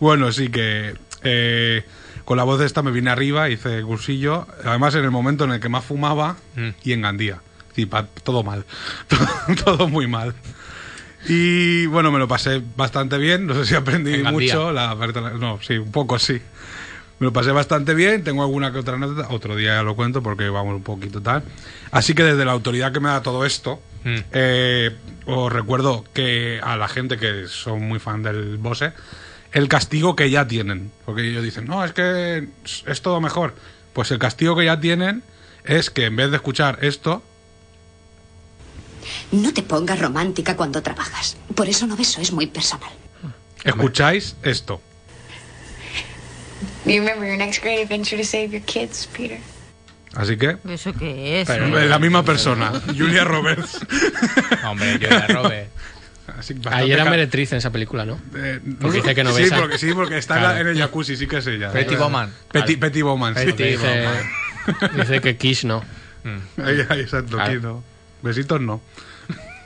[SPEAKER 4] Bueno, sí que. eh, con la voz esta me vine arriba, hice cursillo. Además, en el momento en el que más fumaba
[SPEAKER 3] Mm.
[SPEAKER 4] y en Gandía. Sí, pa- todo mal. Todo, todo muy mal. Y bueno, me lo pasé bastante bien. No sé si aprendí
[SPEAKER 3] En Gandía.
[SPEAKER 4] mucho. La, parte- la- no, sí, un poco sí. Me lo pasé bastante bien. Tengo alguna que otra anécdota. Otro día ya lo cuento porque vamos un poquito tal. Así que desde la autoridad que me da todo esto,
[SPEAKER 3] Mm.
[SPEAKER 4] eh, os recuerdo que a la gente que son muy fan del Bose, el castigo que ya tienen. Porque ellos dicen, no, es que es es todo mejor. Pues el castigo que ya tienen es que en vez de escuchar esto,
[SPEAKER 7] No te pongas romántica cuando trabajas. Por eso no beso, es muy personal.
[SPEAKER 4] escucháis esto.
[SPEAKER 8] You remember your next great adventure to save your kids, Peter.
[SPEAKER 4] Así que,
[SPEAKER 5] Pues ¿Eso qué es?
[SPEAKER 2] Pero-
[SPEAKER 4] la misma persona, Julia Roberts.
[SPEAKER 3] Hombre, yo la robe.
[SPEAKER 4] Así,
[SPEAKER 2] Ahí
[SPEAKER 4] bastante
[SPEAKER 2] era
[SPEAKER 4] ca-
[SPEAKER 2] meretriz en esa película, ¿no?
[SPEAKER 4] Eh,
[SPEAKER 2] Porque dice que no
[SPEAKER 4] sí,
[SPEAKER 2] besa.
[SPEAKER 4] Porque, sí, porque está en la- en el jacuzzi, sí que es ella.
[SPEAKER 3] Pretty Woman.
[SPEAKER 4] Petit, Petit Woman, sí.
[SPEAKER 2] Porque dice, dice que Kiss no.
[SPEAKER 4] Ahí, ahí, exacto,
[SPEAKER 2] Claro.
[SPEAKER 4] aquí no. Besitos no.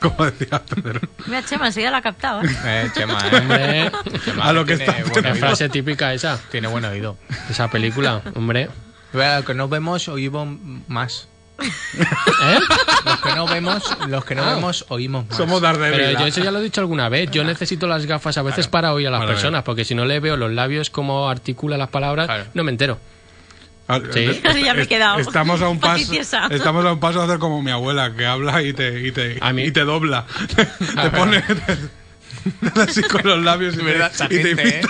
[SPEAKER 4] como decía Pedro.
[SPEAKER 5] Mira, Chema, si ya la captaba.
[SPEAKER 3] Eh, Chema, eh.
[SPEAKER 2] Este Hombre,
[SPEAKER 3] Chema,
[SPEAKER 4] A lo que
[SPEAKER 3] tiene
[SPEAKER 4] está-
[SPEAKER 3] buen
[SPEAKER 2] la
[SPEAKER 3] oído.
[SPEAKER 2] frase típica esa,
[SPEAKER 3] Tiene buen oído.
[SPEAKER 2] esa película, hombre.
[SPEAKER 3] Bueno, Los que no vemos oímos más.
[SPEAKER 2] ¿Eh?
[SPEAKER 3] Los que no vemos, los que
[SPEAKER 2] Ah.
[SPEAKER 3] no vemos oímos más.
[SPEAKER 4] Somos
[SPEAKER 2] Pero
[SPEAKER 4] Daredevil.
[SPEAKER 2] yo eso ya lo he dicho alguna vez. Yo necesito las gafas a veces para oír a las
[SPEAKER 4] para ver.
[SPEAKER 2] personas, porque si no le veo los labios cómo articula las palabras,
[SPEAKER 3] Claro.
[SPEAKER 2] no me entero.
[SPEAKER 4] Ah,
[SPEAKER 2] Sí.
[SPEAKER 4] est-
[SPEAKER 5] Ya me he quedado.
[SPEAKER 4] Estamos a un paso.
[SPEAKER 5] Patriciosa.
[SPEAKER 4] Estamos a un paso de hacer como mi abuela, que habla y te, y te,
[SPEAKER 2] A mí- Ah,
[SPEAKER 4] y te dobla. Te, pone te- así con los labios y
[SPEAKER 3] Es
[SPEAKER 4] te,
[SPEAKER 3] verdad, esa
[SPEAKER 4] y te
[SPEAKER 3] gente, ¿eh?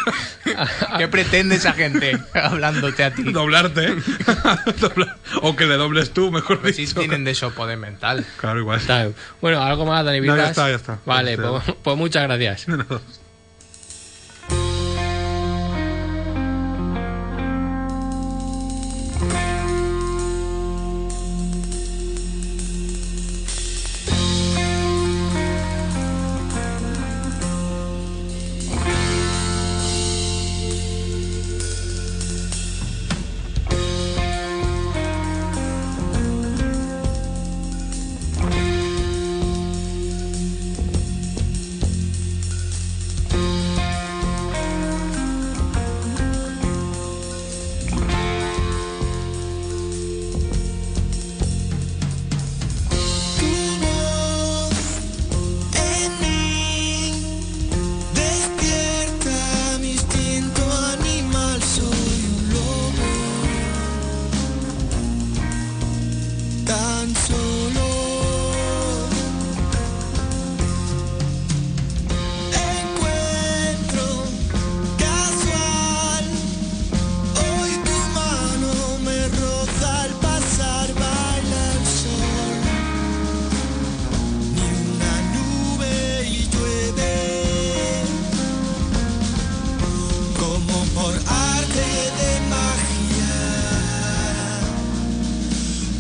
[SPEAKER 4] invita
[SPEAKER 3] ¿Qué pretende esa gente hablándote a ti?
[SPEAKER 4] a doblarte. ¿eh? Doblar- o que le dobles tú, mejor
[SPEAKER 3] Pues sí
[SPEAKER 4] dicho.
[SPEAKER 3] tienen de eso poder mental.
[SPEAKER 4] Claro, igual.
[SPEAKER 2] Está- Bueno, algo más, Dani
[SPEAKER 4] No, ya
[SPEAKER 2] Vitas?
[SPEAKER 4] está, ya está. Este-
[SPEAKER 2] Vale,
[SPEAKER 4] Ya está.
[SPEAKER 2] pues, pues muchas gracias.
[SPEAKER 9] Despierta mi instinto animal, soy un lobo tan solo. Encuentro casual, hoy tu mano me roza al pasar, baila el sol. Ni una nube y llueve como por arte de magia.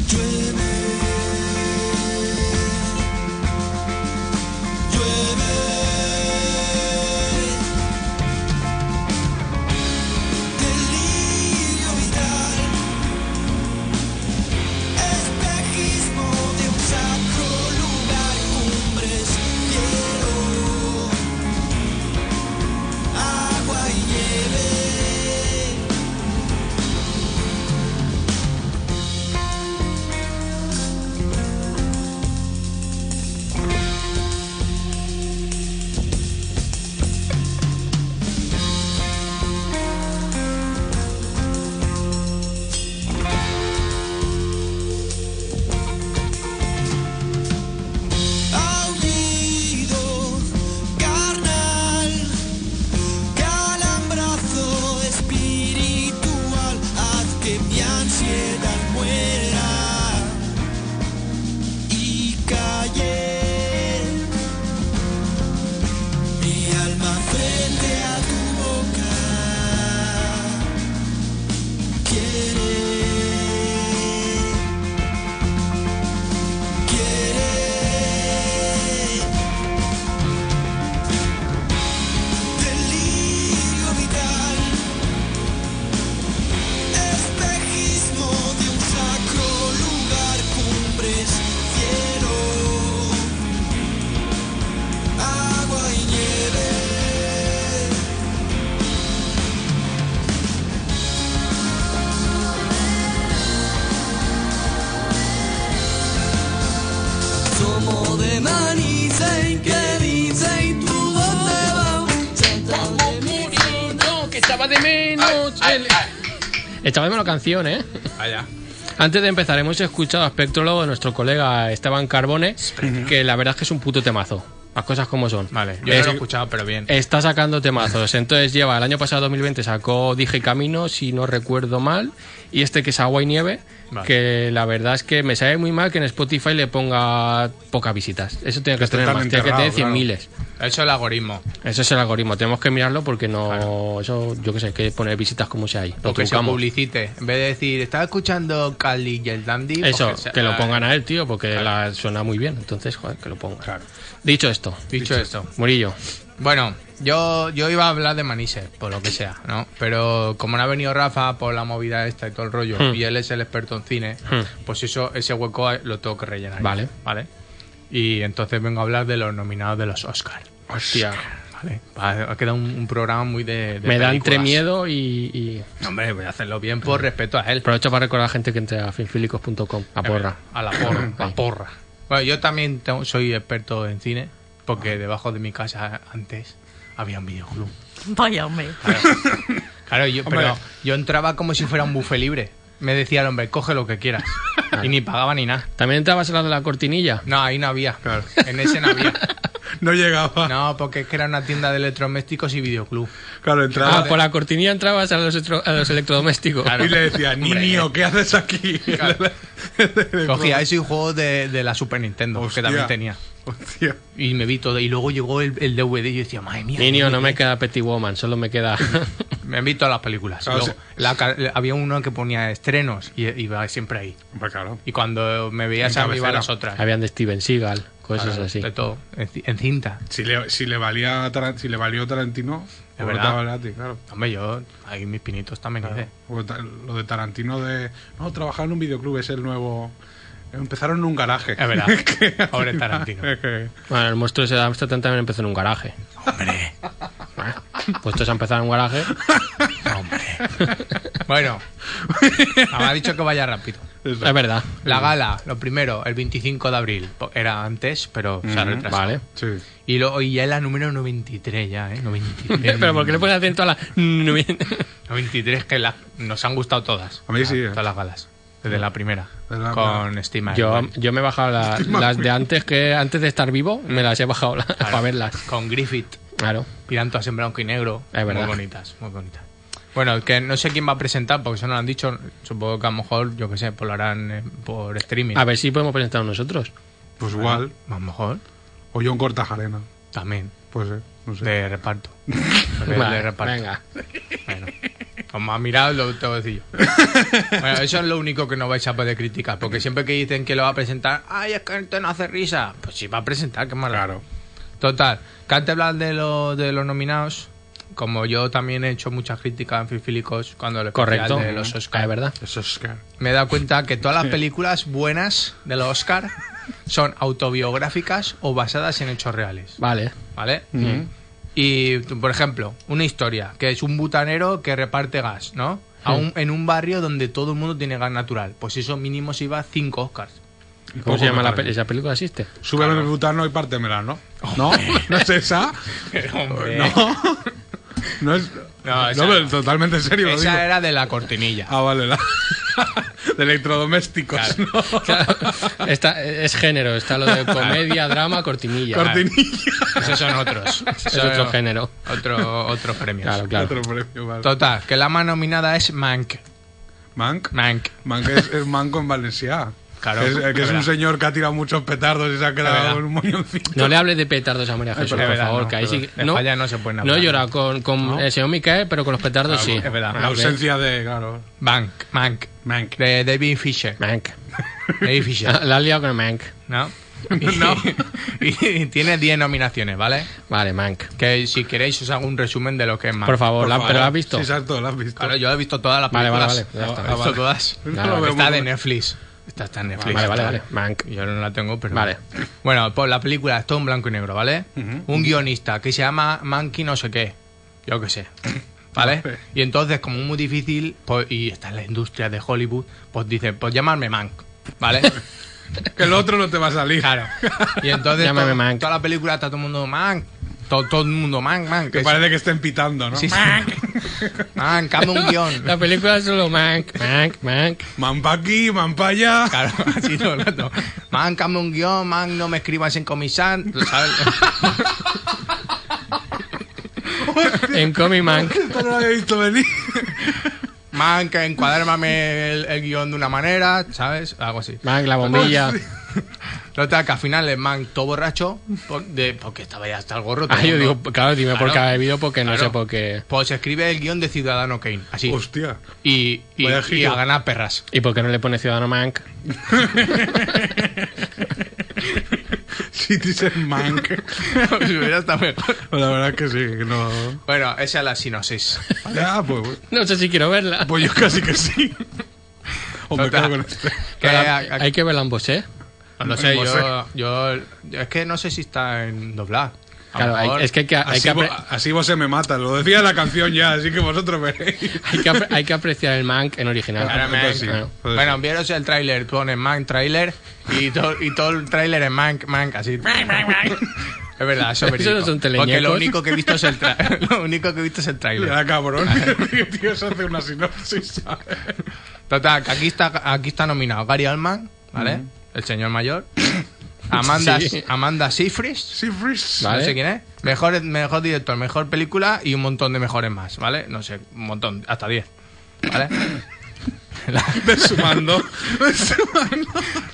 [SPEAKER 9] Llueve, llueve. Delirio vital, espejismo de un sacro lugar, cumbres, hielo. Agua y nieve Aullido carnal Calambrazo espiritual Haz que mi ansiedad muera Y calle Mi alma frente a tu boca Quiere Quiere delirio vital, espejismo de un sacro lugar, cumbres, cielo, agua y nieve. Como de maniza y que dice y tú dónde vas.
[SPEAKER 2] No, que estaba de menos. Estaba de menos canción, ¿eh?
[SPEAKER 3] Vaya.
[SPEAKER 2] Antes de empezar, hemos escuchado a Spectrólogo de nuestro colega Esteban Carbone, que la verdad es que es un puto temazo. Las cosas como son.
[SPEAKER 3] Vale, yo no
[SPEAKER 2] Es- eh,
[SPEAKER 3] lo he escuchado, pero bien.
[SPEAKER 2] Está sacando temazos. Entonces lleva el año pasado 2020 sacó Dije Camino, si no recuerdo mal, y este que es Agua y Nieve,
[SPEAKER 3] Vale.
[SPEAKER 2] que la verdad es que me sabe muy mal que en Spotify le ponga pocas visitas. Eso tiene que,
[SPEAKER 4] esté
[SPEAKER 2] tener
[SPEAKER 4] tan
[SPEAKER 2] más, tiene que
[SPEAKER 4] enterrado,
[SPEAKER 2] tener cien
[SPEAKER 4] claro.
[SPEAKER 2] miles.
[SPEAKER 3] Eso es el algoritmo.
[SPEAKER 2] Eso es el algoritmo, tenemos que mirarlo porque no eso yo que sé, hay que poner visitas como sea ahí. Lo
[SPEAKER 3] O que se
[SPEAKER 2] trucamos.
[SPEAKER 3] publicite. En vez de decir, estaba escuchando Cali y el Dandy. pues
[SPEAKER 2] Eso,
[SPEAKER 3] sea-
[SPEAKER 2] que lo pongan a él, tío, porque la suena muy bien, entonces, joder, que lo ponga. Dicho esto,
[SPEAKER 3] Dicho esto.
[SPEAKER 2] Murillo,
[SPEAKER 3] Bueno, yo, yo iba a hablar de Manises, por lo que sea, ¿no? Pero como no ha venido Rafa por la movida esta y todo el rollo,
[SPEAKER 2] Hmm.
[SPEAKER 3] y él es el experto en cine,
[SPEAKER 2] Hmm.
[SPEAKER 3] pues eso, ese hueco lo tengo que rellenar. yo,
[SPEAKER 2] Vale.
[SPEAKER 3] Vale. Y entonces vengo a hablar de los nominados de los Oscar.
[SPEAKER 2] Hostia.
[SPEAKER 3] Vale. Va- Ha quedado un, un programa muy de. de
[SPEAKER 2] Me da
[SPEAKER 3] películas.
[SPEAKER 2] entre miedo y, y-
[SPEAKER 3] Hombre, voy a hacerlo bien por respeto a él.
[SPEAKER 2] Aprovecho para recordar a la gente que entre a filmfilicos.com. A porra.
[SPEAKER 3] A la porra.
[SPEAKER 2] Ahí.
[SPEAKER 3] a porra. Bueno, yo también tengo- soy experto en cine, porque debajo de mi casa antes había un videoclub.
[SPEAKER 5] Vaya, hombre.
[SPEAKER 3] Claro, yo,
[SPEAKER 4] Hombre.
[SPEAKER 3] pero yo entraba como si fuera un buffet libre. Me decía el hombre, coge lo que quieras. Y ni pagaba ni nada.
[SPEAKER 2] ¿También entrabas en la de la cortinilla?
[SPEAKER 3] No, ahí no había. En ese no había.
[SPEAKER 4] No llegaba.
[SPEAKER 3] No, porque es que era una tienda de electrodomésticos y videoclub.
[SPEAKER 4] Claro, entraba
[SPEAKER 2] Ah, por la cortinilla entrabas a los, electro- a los electrodomésticos.
[SPEAKER 4] y le decía, niño, ¿qué haces aquí?
[SPEAKER 3] eh". Cogía eso y juegos de, de la Super Nintendo,
[SPEAKER 4] Hostia.
[SPEAKER 3] que también tenía.
[SPEAKER 4] Hostia.
[SPEAKER 3] Y me vi todo. Y luego llegó el, el DVD y yo decía, madre mía.
[SPEAKER 2] Niño, no me queda Petty Woman, solo me queda.
[SPEAKER 3] Me vi todas las películas.
[SPEAKER 4] Claro,
[SPEAKER 3] Luego, la ca- había uno que ponía estrenos y iba siempre ahí.
[SPEAKER 4] Pues claro.
[SPEAKER 3] Y cuando me veía esa, me iba a las otras.
[SPEAKER 2] Habían de Steven Seagal, cosas
[SPEAKER 3] Claro,
[SPEAKER 2] pues así.
[SPEAKER 3] De todo. En, ci- en cinta.
[SPEAKER 4] Si le, si le valía a Taran- si le valió Tarantino,
[SPEAKER 3] Es
[SPEAKER 4] pues
[SPEAKER 3] verdad. Eh.
[SPEAKER 4] te vale a ti, claro.
[SPEAKER 3] Hombre, yo. Ahí mis pinitos también hice.
[SPEAKER 4] Porque ta- Lo de Tarantino de no trabajar en un videoclub es el nuevo. Empezaron en un garaje.
[SPEAKER 3] Es verdad. Pobre Tarantino.
[SPEAKER 4] Es que-
[SPEAKER 2] Bueno, el monstruo ese de Amsterdam también empezó en un garaje.
[SPEAKER 3] Hombre.
[SPEAKER 2] Pues esto se ha empezado en un garaje.
[SPEAKER 3] Hombre. Bueno. Me ha dicho que vaya rápido.
[SPEAKER 4] es
[SPEAKER 2] Es verdad.
[SPEAKER 3] La gala, lo primero, el 25 de abril. Po- Era antes, pero se ha retrasado.
[SPEAKER 2] Vale.
[SPEAKER 4] Sí.
[SPEAKER 3] Y, lo, y ya es la número 93 ya, ¿eh? 93.
[SPEAKER 2] Pero ¿por qué le pones acento a la.?
[SPEAKER 3] 93 que la- nos han gustado todas.
[SPEAKER 4] A mí sí, eh.
[SPEAKER 3] Todas las galas. Desde la primera.
[SPEAKER 4] Desde la-
[SPEAKER 3] con Steam
[SPEAKER 2] Yo, yo me he bajado la- las de antes que antes de estar vivo, me las he bajado la- para verlas.
[SPEAKER 3] Con Griffith.
[SPEAKER 2] Claro.
[SPEAKER 3] Piranto en blanco y negro.
[SPEAKER 2] Es verdad.
[SPEAKER 3] Muy bonitas, muy bonitas. Bueno, que no sé quién va a presentar, porque eso no lo han dicho. Supongo que a lo mejor, yo qué sé, pues lo harán eh, por streaming.
[SPEAKER 2] A ver si podemos presentar nosotros.
[SPEAKER 4] Pues igual.
[SPEAKER 3] A lo mejor
[SPEAKER 4] O John Cortajarena.
[SPEAKER 3] también.
[SPEAKER 4] Pues eh, no sé.
[SPEAKER 3] De reparto. De, de
[SPEAKER 2] Vale,
[SPEAKER 3] reparto.
[SPEAKER 2] venga.
[SPEAKER 3] Bueno, como ha mirado, lo tengo que decir yo. Bueno, eso es lo único que no vais a poder criticar, porque siempre que dicen que lo va a presentar, ay, es que esto no hace risa. Pues sí, va a presentar, qué malo.
[SPEAKER 4] Claro.
[SPEAKER 3] Total, que antes de hablar de, lo- de los nominados, como yo también he hecho muchas críticas en Fifílicos cuando le
[SPEAKER 2] Correcto. Ah,
[SPEAKER 3] de los Oscar,
[SPEAKER 2] Es verdad.
[SPEAKER 4] Eso es que.
[SPEAKER 3] me he dado cuenta que todas las películas buenas de los Oscar son autobiográficas o basadas en hechos reales.
[SPEAKER 2] Vale.
[SPEAKER 3] ¿vale? Y, tú, por ejemplo, una historia, que es un butanero que reparte gas, ¿no? A un- en un barrio donde todo el mundo tiene gas natural. Pues eso mínimo se iba a 5 Oscars.
[SPEAKER 2] ¿Cómo se llama la
[SPEAKER 4] película?
[SPEAKER 2] peli? ¿Esa película existe?
[SPEAKER 4] Súbeme el butano y pártemela, ¿no? No, no es esa.
[SPEAKER 3] Pues
[SPEAKER 4] No. No es. No,
[SPEAKER 3] No, esa
[SPEAKER 4] pero
[SPEAKER 3] no.
[SPEAKER 4] totalmente en serio. lo digo.
[SPEAKER 3] Esa era de la cortinilla.
[SPEAKER 4] Ah, vale, la... de electrodomésticos. ¿no?
[SPEAKER 2] Esta, es género, está lo de comedia, drama, cortinilla. Ah, pues
[SPEAKER 4] Cortinilla.
[SPEAKER 3] Esos son otros.
[SPEAKER 2] Es
[SPEAKER 3] Son
[SPEAKER 2] otro género.
[SPEAKER 3] Otro, otros premios.
[SPEAKER 2] Claro, claro.
[SPEAKER 4] Otro premio, vale.
[SPEAKER 3] Total, que la más nominada es Mank.
[SPEAKER 4] Mank.
[SPEAKER 3] Mank.
[SPEAKER 4] Mank es, es manco en Valencia.
[SPEAKER 3] Claro,
[SPEAKER 4] Es, que es
[SPEAKER 3] es
[SPEAKER 4] un
[SPEAKER 3] verdad.
[SPEAKER 4] señor que ha tirado muchos petardos y se ha quedado
[SPEAKER 3] verdad.
[SPEAKER 4] con un moñoncito.
[SPEAKER 2] No le hables de petardos a María Jesús,
[SPEAKER 3] pero
[SPEAKER 2] por
[SPEAKER 3] es verdad,
[SPEAKER 2] favor,
[SPEAKER 3] no,
[SPEAKER 2] que ahí sí
[SPEAKER 3] pero
[SPEAKER 2] que-
[SPEAKER 3] de falla no se pueden
[SPEAKER 2] No
[SPEAKER 3] hablar. Ah,
[SPEAKER 2] he llorado con, con el señor Micael, pero con los petardos sí. Ah,
[SPEAKER 3] es verdad.
[SPEAKER 4] La ausencia de, claro,
[SPEAKER 3] Mank. Mank.
[SPEAKER 4] Mank.
[SPEAKER 3] De David Fisher.
[SPEAKER 2] Mank.
[SPEAKER 3] David Fisher.
[SPEAKER 2] La has liado con Mank.
[SPEAKER 3] ¿No? no. y tiene 10 nominaciones, ¿vale?
[SPEAKER 2] Vale, Mank.
[SPEAKER 3] Que si queréis os hago un resumen de lo que es Mank.
[SPEAKER 2] Por favor, la- pero la has visto.
[SPEAKER 4] Sí, exacto, lo has visto.
[SPEAKER 3] Claro, yo he visto todas las
[SPEAKER 2] Vale, vale,
[SPEAKER 3] películas.
[SPEAKER 2] vale, ya está.
[SPEAKER 3] He visto todas.
[SPEAKER 4] No
[SPEAKER 2] Claro,
[SPEAKER 4] lo veo
[SPEAKER 3] Está
[SPEAKER 4] muy
[SPEAKER 3] de
[SPEAKER 4] bueno.
[SPEAKER 3] Netflix. Esta está en Netflix.
[SPEAKER 2] Vale, vale, vale. Mank.
[SPEAKER 3] Yo no la tengo, pero.
[SPEAKER 2] Vale.
[SPEAKER 3] Bueno, pues la película es todo en blanco y negro, ¿vale? Un guionista que se llama Monkey no sé qué. Yo qué sé. ¿Vale?
[SPEAKER 4] Vale.
[SPEAKER 3] Y entonces, como es muy difícil, pues, y está en la industria de Hollywood, pues dice, pues llamarme Mank. ¿Vale?
[SPEAKER 4] Que el otro no te va a salir.
[SPEAKER 3] Claro. Y entonces,
[SPEAKER 2] Llámame
[SPEAKER 3] to-
[SPEAKER 2] Mank.
[SPEAKER 3] toda la película está todo el mundo Mank. To- todo el mundo Mank, Mank.
[SPEAKER 4] Que
[SPEAKER 3] Es-
[SPEAKER 4] parece que estén pitando, ¿no?
[SPEAKER 3] Sí, sí. Mank, hazme un guión.
[SPEAKER 2] La película es solo Mank, Mank, Mank.
[SPEAKER 4] Man pa' aquí, man pa' allá.
[SPEAKER 3] Claro, así todo el rato. Man, cambia un guión, man, no me escribas en comisán. ¿lo ¿sabes?
[SPEAKER 2] En Comic Mank.
[SPEAKER 4] Esto no lo había visto venir.
[SPEAKER 3] Man, que encuadérmame el, el guión de una manera, ¿sabes? Algo así.
[SPEAKER 2] Mank, la bombilla.
[SPEAKER 3] Total, que al final es man todo borracho, por- de, porque estaba ya hasta el gorro. todo
[SPEAKER 2] Ah,
[SPEAKER 3] el
[SPEAKER 2] yo
[SPEAKER 3] mundo.
[SPEAKER 2] digo, claro, dime por
[SPEAKER 3] Claro.
[SPEAKER 2] qué ha bebido, porque no
[SPEAKER 3] Claro.
[SPEAKER 2] sé por qué.
[SPEAKER 3] Pues escribe el guión de Ciudadano Kane, así.
[SPEAKER 2] Pues,
[SPEAKER 4] Hostia.
[SPEAKER 3] Y, y,
[SPEAKER 4] Vaya
[SPEAKER 3] y
[SPEAKER 4] giro.
[SPEAKER 3] a ganar perras.
[SPEAKER 2] ¿Y por qué no le pone Ciudadano Mank?
[SPEAKER 4] Si dicen mank.
[SPEAKER 2] Pues
[SPEAKER 3] Si hubiera estado mejor.
[SPEAKER 4] La verdad es que sí, que no.
[SPEAKER 3] Bueno, esa es la sinopsis.
[SPEAKER 4] Ah, pues,
[SPEAKER 2] No sé si quiero verla.
[SPEAKER 4] pues yo casi que sí. O me
[SPEAKER 3] Total.
[SPEAKER 4] cago en este.
[SPEAKER 3] Que
[SPEAKER 2] Pero
[SPEAKER 3] a- a-
[SPEAKER 2] hay que verla ambos, ¿eh?
[SPEAKER 3] No lo sé,
[SPEAKER 4] No sé.
[SPEAKER 3] yo, yo, yo es que no sé si está en doblar.
[SPEAKER 2] Claro, hay- es que hay que, hay
[SPEAKER 4] Así,
[SPEAKER 2] que,
[SPEAKER 4] vo-
[SPEAKER 2] apre-
[SPEAKER 4] así vos se me mata, lo decía la canción ya, así que vosotros veréis.
[SPEAKER 2] hay que apre- hay que apreciar el Mank en original.
[SPEAKER 3] Claro,
[SPEAKER 4] Pues
[SPEAKER 3] Mank.
[SPEAKER 4] sí,
[SPEAKER 2] Claro.
[SPEAKER 4] pues
[SPEAKER 3] bueno,
[SPEAKER 4] sí.
[SPEAKER 3] vieros el tráiler, tú pones Mank tráiler y, to- y todo el tráiler es Mank, Mank, así. es verdad, eso es
[SPEAKER 2] Eso no
[SPEAKER 3] verídico.
[SPEAKER 2] son teleñecos.
[SPEAKER 3] Porque lo único que he visto es el tra- lo único que he visto es el tráiler.
[SPEAKER 4] Ya, cabrón. Que tío se hace una sinopsis, ¿sabes?
[SPEAKER 3] Total, que aquí está, aquí está nominado Gary Alman, ¿vale? El señor mayor. Amanda,
[SPEAKER 2] Sí.
[SPEAKER 3] Amanda Seyfried,
[SPEAKER 4] Sí, Freeze.
[SPEAKER 2] Vale.
[SPEAKER 3] no sé quién es. Mejor, mejor director, mejor película y un montón de mejores más, ¿vale? No sé, un montón, hasta 10. ¿Vale?
[SPEAKER 4] Desumando. Desumando.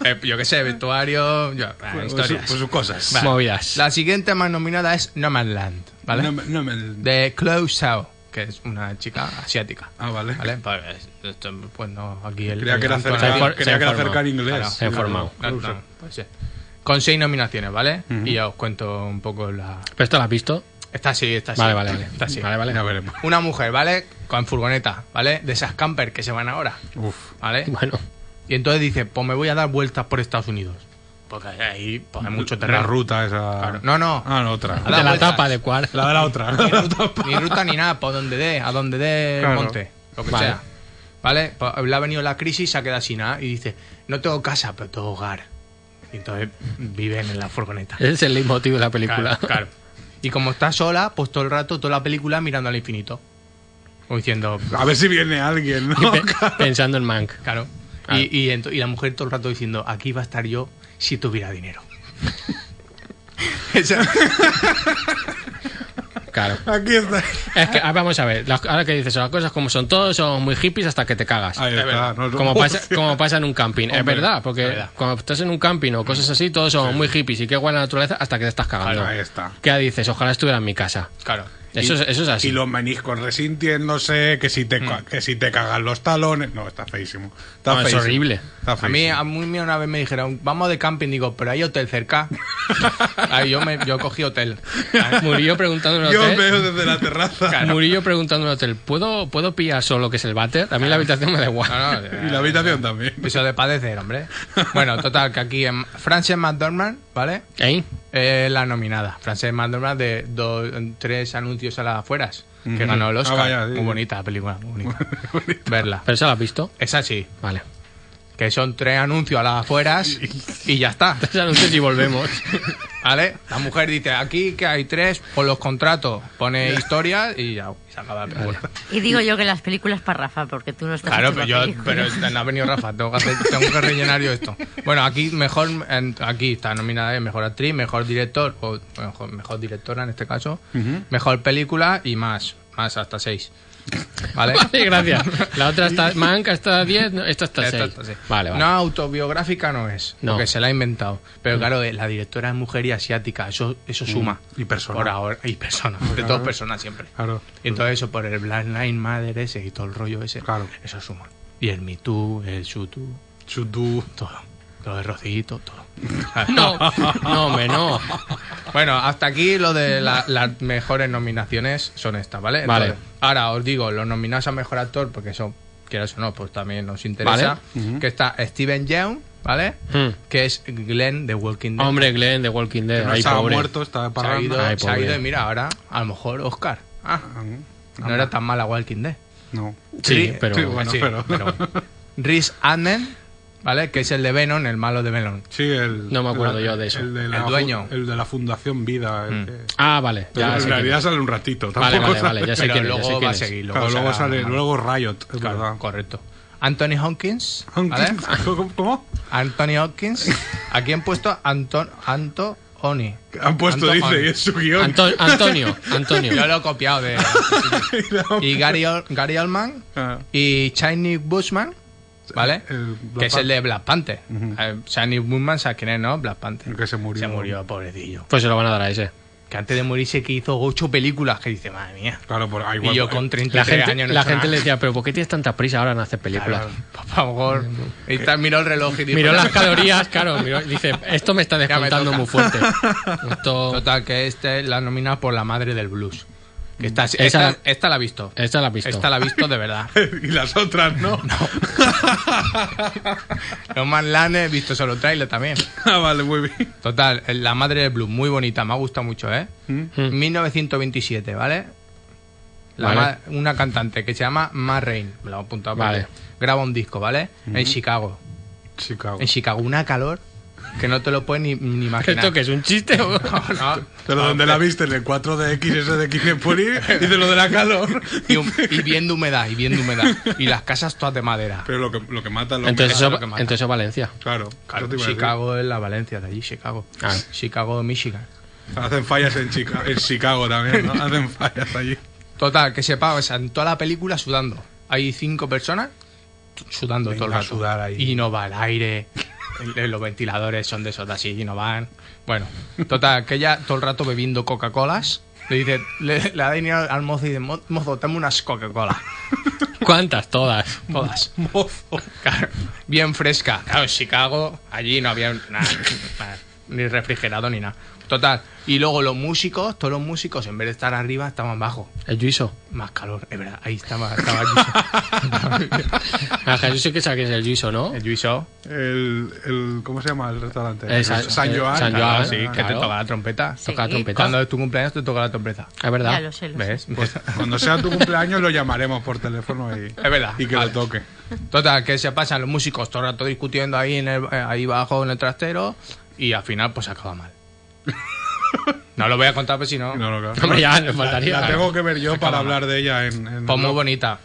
[SPEAKER 3] Eh, yo qué sé, vestuario, yo, ah,
[SPEAKER 4] Pues su-
[SPEAKER 3] historias.
[SPEAKER 4] pues sus cosas.
[SPEAKER 3] Vale.
[SPEAKER 2] Movidas.
[SPEAKER 3] La siguiente más nominada es Nomadland, ¿vale?
[SPEAKER 4] No, me- no me-
[SPEAKER 3] de Chloe Zhao, que es una chica asiática.
[SPEAKER 4] Ah, vale.
[SPEAKER 3] ¿Vale? Pues, esto, pues no, aquí el...
[SPEAKER 4] Creía que era
[SPEAKER 3] el-
[SPEAKER 4] acerca,
[SPEAKER 2] Se ha for- se
[SPEAKER 4] creía que
[SPEAKER 2] ha
[SPEAKER 4] era
[SPEAKER 2] formado.
[SPEAKER 4] acerca en inglés.
[SPEAKER 3] Claro,
[SPEAKER 2] se ha formado.
[SPEAKER 3] No, no, pues sí. Con seis nominaciones, ¿vale? Y ya os cuento un poco la...
[SPEAKER 2] ¿Pero esto lo has visto?
[SPEAKER 3] Está así, está así.
[SPEAKER 2] Vale, vale, vale.
[SPEAKER 3] Está así.
[SPEAKER 2] Vale, vale.
[SPEAKER 4] Ya veremos.
[SPEAKER 3] Una mujer, ¿vale? Con furgoneta, ¿vale? De esas camper que se van ahora,
[SPEAKER 4] Uf.
[SPEAKER 3] ¿vale?
[SPEAKER 2] Bueno,
[SPEAKER 3] Y entonces dice, pues me voy a dar vueltas por Estados Unidos. Porque ahí pues, hay mucho terreno.
[SPEAKER 4] La ruta esa.
[SPEAKER 3] Claro. No, no.
[SPEAKER 4] Ah, no, otra.
[SPEAKER 3] A
[SPEAKER 2] de la
[SPEAKER 3] vueltas.
[SPEAKER 2] tapa de cuar.
[SPEAKER 4] La de la otra. la de la tapa.
[SPEAKER 3] ni ruta ni nada, por donde dé, a donde dé el
[SPEAKER 4] Claro.
[SPEAKER 3] monte, lo que
[SPEAKER 2] Vale.
[SPEAKER 3] sea. ¿Vale? Pues le ha venido la crisis, se ha quedado sin nada y dice, no tengo casa, pero tengo hogar. Y entonces viven en la furgoneta.
[SPEAKER 2] Ese es el leitmotiv de
[SPEAKER 3] Claro,
[SPEAKER 2] la película.
[SPEAKER 3] claro. Y como está sola, pues todo el rato, toda la película mirando al infinito. O diciendo,
[SPEAKER 4] A ver si viene alguien, ¿no?
[SPEAKER 2] Y pe- pensando en Mank.
[SPEAKER 3] claro.
[SPEAKER 2] Claro.
[SPEAKER 3] Y, y ento- y la mujer todo el rato diciendo, aquí va a estar yo si tuviera dinero. Esa-
[SPEAKER 2] Claro.
[SPEAKER 4] Aquí está.
[SPEAKER 2] Es que, ah, vamos a ver, las- ahora que dices las cosas como son, todos somos muy hippies hasta que te cagas.
[SPEAKER 4] Ahí está. no, no.
[SPEAKER 2] Como pasa,
[SPEAKER 4] Hostia.
[SPEAKER 2] como pasa en un camping. es
[SPEAKER 4] Hombre,
[SPEAKER 2] verdad, porque
[SPEAKER 3] es verdad.
[SPEAKER 2] cuando estás en un camping o cosas así, todos somos muy hippies y qué guay la naturaleza hasta que te estás cagando.
[SPEAKER 4] Ahí está.
[SPEAKER 2] ¿Qué dices? Ojalá estuviera en mi casa.
[SPEAKER 3] claro.
[SPEAKER 2] Eso, es,
[SPEAKER 4] Y-
[SPEAKER 2] eso es así. Mm.
[SPEAKER 4] Y los meniscos resintiéndose, que si te, ca- que si te cagan los talones. No, está feísimo. Está
[SPEAKER 2] No, es
[SPEAKER 4] feísimo.
[SPEAKER 2] horrible.
[SPEAKER 4] Está
[SPEAKER 3] A mí,
[SPEAKER 4] feísimo.
[SPEAKER 3] a mí una vez me dijeron, vamos de camping, digo, pero hay hotel cerca. Ahí yo, me, yo cogí hotel.
[SPEAKER 2] Murillo preguntando en un
[SPEAKER 4] Yo
[SPEAKER 2] hotel.
[SPEAKER 4] veo desde la terraza.
[SPEAKER 2] Murillo preguntando en un hotel. ¿Puedo, ¿Puedo pillar solo que es el váter? A mí la habitación me da igual.
[SPEAKER 3] No, no,
[SPEAKER 4] Y la habitación también.
[SPEAKER 3] Eso de padecer, hombre. Bueno, total, que aquí en Frances McDormand, ¿vale?
[SPEAKER 2] ¿Eh?
[SPEAKER 3] Eh, la nominada. Frances McDormand de dos, tres anuncios a las afueras, que
[SPEAKER 4] Ujú.
[SPEAKER 3] ganó el
[SPEAKER 4] Ah,
[SPEAKER 3] Oscar.
[SPEAKER 4] vaya, sí.
[SPEAKER 3] Muy bonita la película, muy bonita. Verla.
[SPEAKER 2] ¿Pero eso lo has visto?
[SPEAKER 3] Es así,
[SPEAKER 2] Vale.
[SPEAKER 3] que son tres anuncios a las afueras y ya está.
[SPEAKER 2] Tres anuncios y volvemos.
[SPEAKER 3] ¿Vale? La mujer dice, aquí que hay tres, por los contratos, pone historia y ya se acaba la película.
[SPEAKER 5] Y digo yo que las películas para Rafa, porque tú no estás.
[SPEAKER 3] Claro,
[SPEAKER 5] hecho
[SPEAKER 3] pero,
[SPEAKER 5] pa'
[SPEAKER 3] yo,
[SPEAKER 5] películas.
[SPEAKER 3] pero este- no ha venido Rafa, tengo que, hacer- tengo que rellenar yo esto. Bueno, aquí mejor en- aquí está nominada eh, mejor actriz, mejor director, o mejor, mejor directora en este caso, mejor película y más, más hasta seis. ¿Vale?
[SPEAKER 2] Vale, gracias. La otra está. Manca está a 10, no, esta está a
[SPEAKER 3] Esto
[SPEAKER 2] 6.
[SPEAKER 3] hasta seis.
[SPEAKER 2] Vale, vale.
[SPEAKER 3] No, autobiográfica no es,
[SPEAKER 2] No.
[SPEAKER 3] porque se la ha inventado. Pero claro, eh, la directora es mujer y asiática, eso, eso suma.
[SPEAKER 4] y persona.
[SPEAKER 3] Por ahora, y persona, de dos personas siempre.
[SPEAKER 4] Claro.
[SPEAKER 3] Y todo eso por el Black Line Mother ese y todo el rollo ese.
[SPEAKER 4] Claro.
[SPEAKER 3] Eso suma. Y el Me Too, el Shutu,
[SPEAKER 4] Chutú.
[SPEAKER 3] todo. Todo el rocito, todo.
[SPEAKER 2] No, no, hombre, no.
[SPEAKER 3] Bueno, hasta aquí lo de la- las mejores nominaciones son estas, ¿vale?
[SPEAKER 2] Vale.
[SPEAKER 3] Ahora os digo, los nominados a mejor actor, porque eso, quieras o no, pues también nos interesa. Que está Steven Yeun, ¿vale?
[SPEAKER 2] Mm.
[SPEAKER 3] Que es Glenn de Walking Dead.
[SPEAKER 2] Hombre, Glenn de Walking Dead.
[SPEAKER 4] No
[SPEAKER 2] ahí
[SPEAKER 4] estaba
[SPEAKER 2] pobre.
[SPEAKER 4] muerto, estaba
[SPEAKER 3] se ha
[SPEAKER 4] parrando.
[SPEAKER 3] ido,
[SPEAKER 2] Ay,
[SPEAKER 3] se ha ido
[SPEAKER 2] pobre.
[SPEAKER 3] y mira, ahora a lo mejor Oscar. Ah, no era tan mala Walking Dead.
[SPEAKER 4] No.
[SPEAKER 2] Sí, pero.
[SPEAKER 4] Sí, bueno,
[SPEAKER 3] Sí,
[SPEAKER 4] pero.
[SPEAKER 3] Rhys Admen, ¿vale? Que es el de Venom, el malo de Venom.
[SPEAKER 4] Sí, el.
[SPEAKER 2] No me acuerdo
[SPEAKER 4] el-
[SPEAKER 2] yo de eso.
[SPEAKER 4] El, de la,
[SPEAKER 3] El dueño. Mm.
[SPEAKER 4] El de la Fundación Vida. el que-
[SPEAKER 2] Ah, vale.
[SPEAKER 4] Pero
[SPEAKER 2] Ya
[SPEAKER 4] en
[SPEAKER 2] sé quién
[SPEAKER 4] realidad
[SPEAKER 2] es.
[SPEAKER 4] sale un ratito.
[SPEAKER 2] Vale,
[SPEAKER 4] tampoco
[SPEAKER 2] vale,
[SPEAKER 4] sale-
[SPEAKER 2] vale. Ya sé
[SPEAKER 3] Pero
[SPEAKER 2] quién es, ya sé
[SPEAKER 3] luego
[SPEAKER 2] quién
[SPEAKER 3] va a
[SPEAKER 2] es.
[SPEAKER 3] seguir. Luego
[SPEAKER 4] Claro, luego
[SPEAKER 3] será
[SPEAKER 4] sale.
[SPEAKER 3] malo.
[SPEAKER 4] Luego Riot, es
[SPEAKER 3] Claro,
[SPEAKER 4] verdad.
[SPEAKER 3] correcto. Anthony Hopkins, ¿vale?
[SPEAKER 4] Hopkins, ¿Cómo? cómo?
[SPEAKER 3] Anthony Hopkins. Aquí han puesto Anton, Anto Oni.
[SPEAKER 4] Han puesto,
[SPEAKER 3] Anto
[SPEAKER 4] dice,
[SPEAKER 3] Oni.
[SPEAKER 4] y es su guión.
[SPEAKER 2] Anto- Antonio, Antonio.
[SPEAKER 3] Yo lo he copiado de. y Gary, Ol- Gary Oldman
[SPEAKER 4] Ah.
[SPEAKER 3] y Chinese Bushman, ¿vale?
[SPEAKER 4] El Black
[SPEAKER 3] que es el
[SPEAKER 4] Panther.
[SPEAKER 3] de Black Panther. Eh, Chinese Bushman, ¿sabes quién es, no? Black Panther.
[SPEAKER 4] El que se murió.
[SPEAKER 3] Se murió, pobrecillo.
[SPEAKER 2] Pues se lo van a dar a ese.
[SPEAKER 3] Que antes de morirse que hizo ocho películas, que dice, madre mía.
[SPEAKER 4] Claro, por ahí
[SPEAKER 3] Y yo con 33
[SPEAKER 2] La gente,
[SPEAKER 3] años no he
[SPEAKER 2] la
[SPEAKER 3] hecho
[SPEAKER 2] gente
[SPEAKER 3] nada.
[SPEAKER 2] le decía, pero ¿por qué tienes tanta prisa ahora en hacer películas?
[SPEAKER 3] Claro, por favor. Y tal, miró el reloj y dijo,
[SPEAKER 2] Miró
[SPEAKER 3] "Ya
[SPEAKER 2] las
[SPEAKER 3] está".
[SPEAKER 2] calorías, claro. miró- dice, esto me está
[SPEAKER 3] Ya me
[SPEAKER 2] descontando
[SPEAKER 3] toca.
[SPEAKER 2] muy fuerte. Esto-
[SPEAKER 3] Total, que este la nomina por la madre del blues. Que esta,
[SPEAKER 2] Esa
[SPEAKER 3] esta-
[SPEAKER 2] la-
[SPEAKER 3] esta la ha visto.
[SPEAKER 2] Esta la he visto.
[SPEAKER 3] Esta la ha visto de verdad.
[SPEAKER 4] y las otras no.
[SPEAKER 3] Los más lanes he visto solo trailer también.
[SPEAKER 4] ah, vale, muy bien.
[SPEAKER 3] Total, eh, la madre de Blue, muy bonita, me ha gustado mucho, ¿eh? 1927, ¿vale? La
[SPEAKER 2] Mm. Vale.
[SPEAKER 3] ma- una cantante que se llama Ma Rain, me lo he apuntado. porque
[SPEAKER 2] Vale. Mm.
[SPEAKER 3] Graba un disco, ¿vale? En Chicago.
[SPEAKER 4] Chicago.
[SPEAKER 3] En Chicago, una calor que no te lo puedes ni, ni imaginar.
[SPEAKER 2] ¿Esto que es un chiste? o-
[SPEAKER 3] No, no.
[SPEAKER 4] Pero donde la viste en el 4DX, ese de Kinepuri, y de lo de la calor.
[SPEAKER 3] Y, un- y bien de humedad, y bien de humedad. Y las casas todas de madera.
[SPEAKER 4] Pero lo que, lo que mata lo
[SPEAKER 2] Entonces
[SPEAKER 3] eso
[SPEAKER 2] eso,
[SPEAKER 3] es lo que mata.
[SPEAKER 2] entonces eso Valencia.
[SPEAKER 4] Claro,
[SPEAKER 3] Claro,
[SPEAKER 4] eso te iba a decir.
[SPEAKER 3] Chicago es la Valencia de allí, Chicago.
[SPEAKER 2] Ah.
[SPEAKER 3] Chicago, Michigan.
[SPEAKER 4] Hacen fallas en Chicago, en Chicago también, ¿no? Hacen fallas allí.
[SPEAKER 3] Total, que sepa, o sea, en toda la película sudando. Hay cinco personas sudando
[SPEAKER 4] Venga,
[SPEAKER 3] todo el rato.
[SPEAKER 4] a sudar ahí.
[SPEAKER 3] Y no va el aire. el- el- Los ventiladores son de esos de así y no van. Bueno, total, que ella todo el rato bebiendo Coca-Colas. Le dice, le, le da dinero al mozo y dice, "Mo- mozo, dame unas Coca-Cola.
[SPEAKER 2] ¿Cuántas? Todas.
[SPEAKER 3] Todas. Mozo. Claro, bien fresca. Claro, en Chicago, allí no había nada, nada, ni refrigerado ni nada. Total. Y luego los músicos, todos los músicos, en vez de estar arriba, estaban abajo.
[SPEAKER 2] El Juiso.
[SPEAKER 3] Más calor, es verdad. Ahí estaba, estaba el Yuiso.
[SPEAKER 2] Ah, Jesús sí que sabe que es el Juiso, ¿no?
[SPEAKER 3] el Yuiso.
[SPEAKER 4] El, el, ¿Cómo se llama el restaurante?
[SPEAKER 2] Eh, San-
[SPEAKER 4] San Joan.
[SPEAKER 2] San
[SPEAKER 3] ¿eh? Claro,
[SPEAKER 2] Joan.
[SPEAKER 3] sí, que te
[SPEAKER 2] claro.
[SPEAKER 3] toca la trompeta.
[SPEAKER 5] Sí.
[SPEAKER 2] Toca la trompeta. Ah,
[SPEAKER 3] Cuando es tu cumpleaños te toca la trompeta.
[SPEAKER 2] Es verdad.
[SPEAKER 5] Ya lo sé, lo sé.
[SPEAKER 3] ¿Ves?
[SPEAKER 4] Pues cuando sea tu cumpleaños lo llamaremos por teléfono y,
[SPEAKER 3] Es verdad.
[SPEAKER 4] y que
[SPEAKER 3] Vale.
[SPEAKER 4] lo toque.
[SPEAKER 3] Total, que se pasan los músicos todo el rato discutiendo ahí, en el- eh, ahí bajo en el trastero y al final pues acaba mal. No lo voy a contar, pues si no.
[SPEAKER 4] No, no, claro.
[SPEAKER 2] Hombre, ya, le faltaría.
[SPEAKER 4] La tengo que ver yo para
[SPEAKER 3] mal.
[SPEAKER 4] hablar de ella en, en
[SPEAKER 3] Pues muy
[SPEAKER 4] no,
[SPEAKER 3] bonita.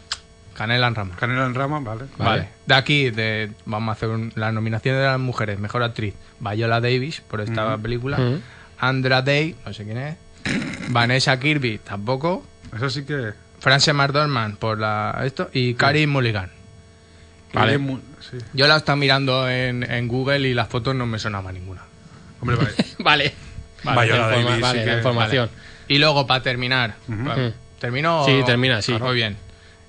[SPEAKER 3] Canela en rama.
[SPEAKER 4] Canela en Rama, vale.
[SPEAKER 3] Vale.
[SPEAKER 2] Vale.
[SPEAKER 3] De aquí de, vamos a hacer un- la nominación de las mujeres. Mejor actriz. Viola Davis por esta película.
[SPEAKER 2] Ujú.
[SPEAKER 3] Andra Day, no sé quién es. Vanessa Kirby, tampoco.
[SPEAKER 4] Eso sí que.
[SPEAKER 3] Frances McDormand por la, esto. Y Carey Mulligan.
[SPEAKER 2] Vale.
[SPEAKER 4] que es mu- sí.
[SPEAKER 3] Yo la estaba mirando en, en Google y las fotos no me sonaba ninguna.
[SPEAKER 4] Hombre, vale.
[SPEAKER 2] Vale.
[SPEAKER 4] Vaya,
[SPEAKER 2] la
[SPEAKER 4] la
[SPEAKER 2] informa-
[SPEAKER 4] Daily,
[SPEAKER 2] vale,
[SPEAKER 4] sí
[SPEAKER 2] la
[SPEAKER 4] que-
[SPEAKER 2] información. Mm.
[SPEAKER 3] Y luego, para terminar. pa- ¿Termino? o-
[SPEAKER 2] Sí, termina, sí.
[SPEAKER 3] Ah, Muy bien.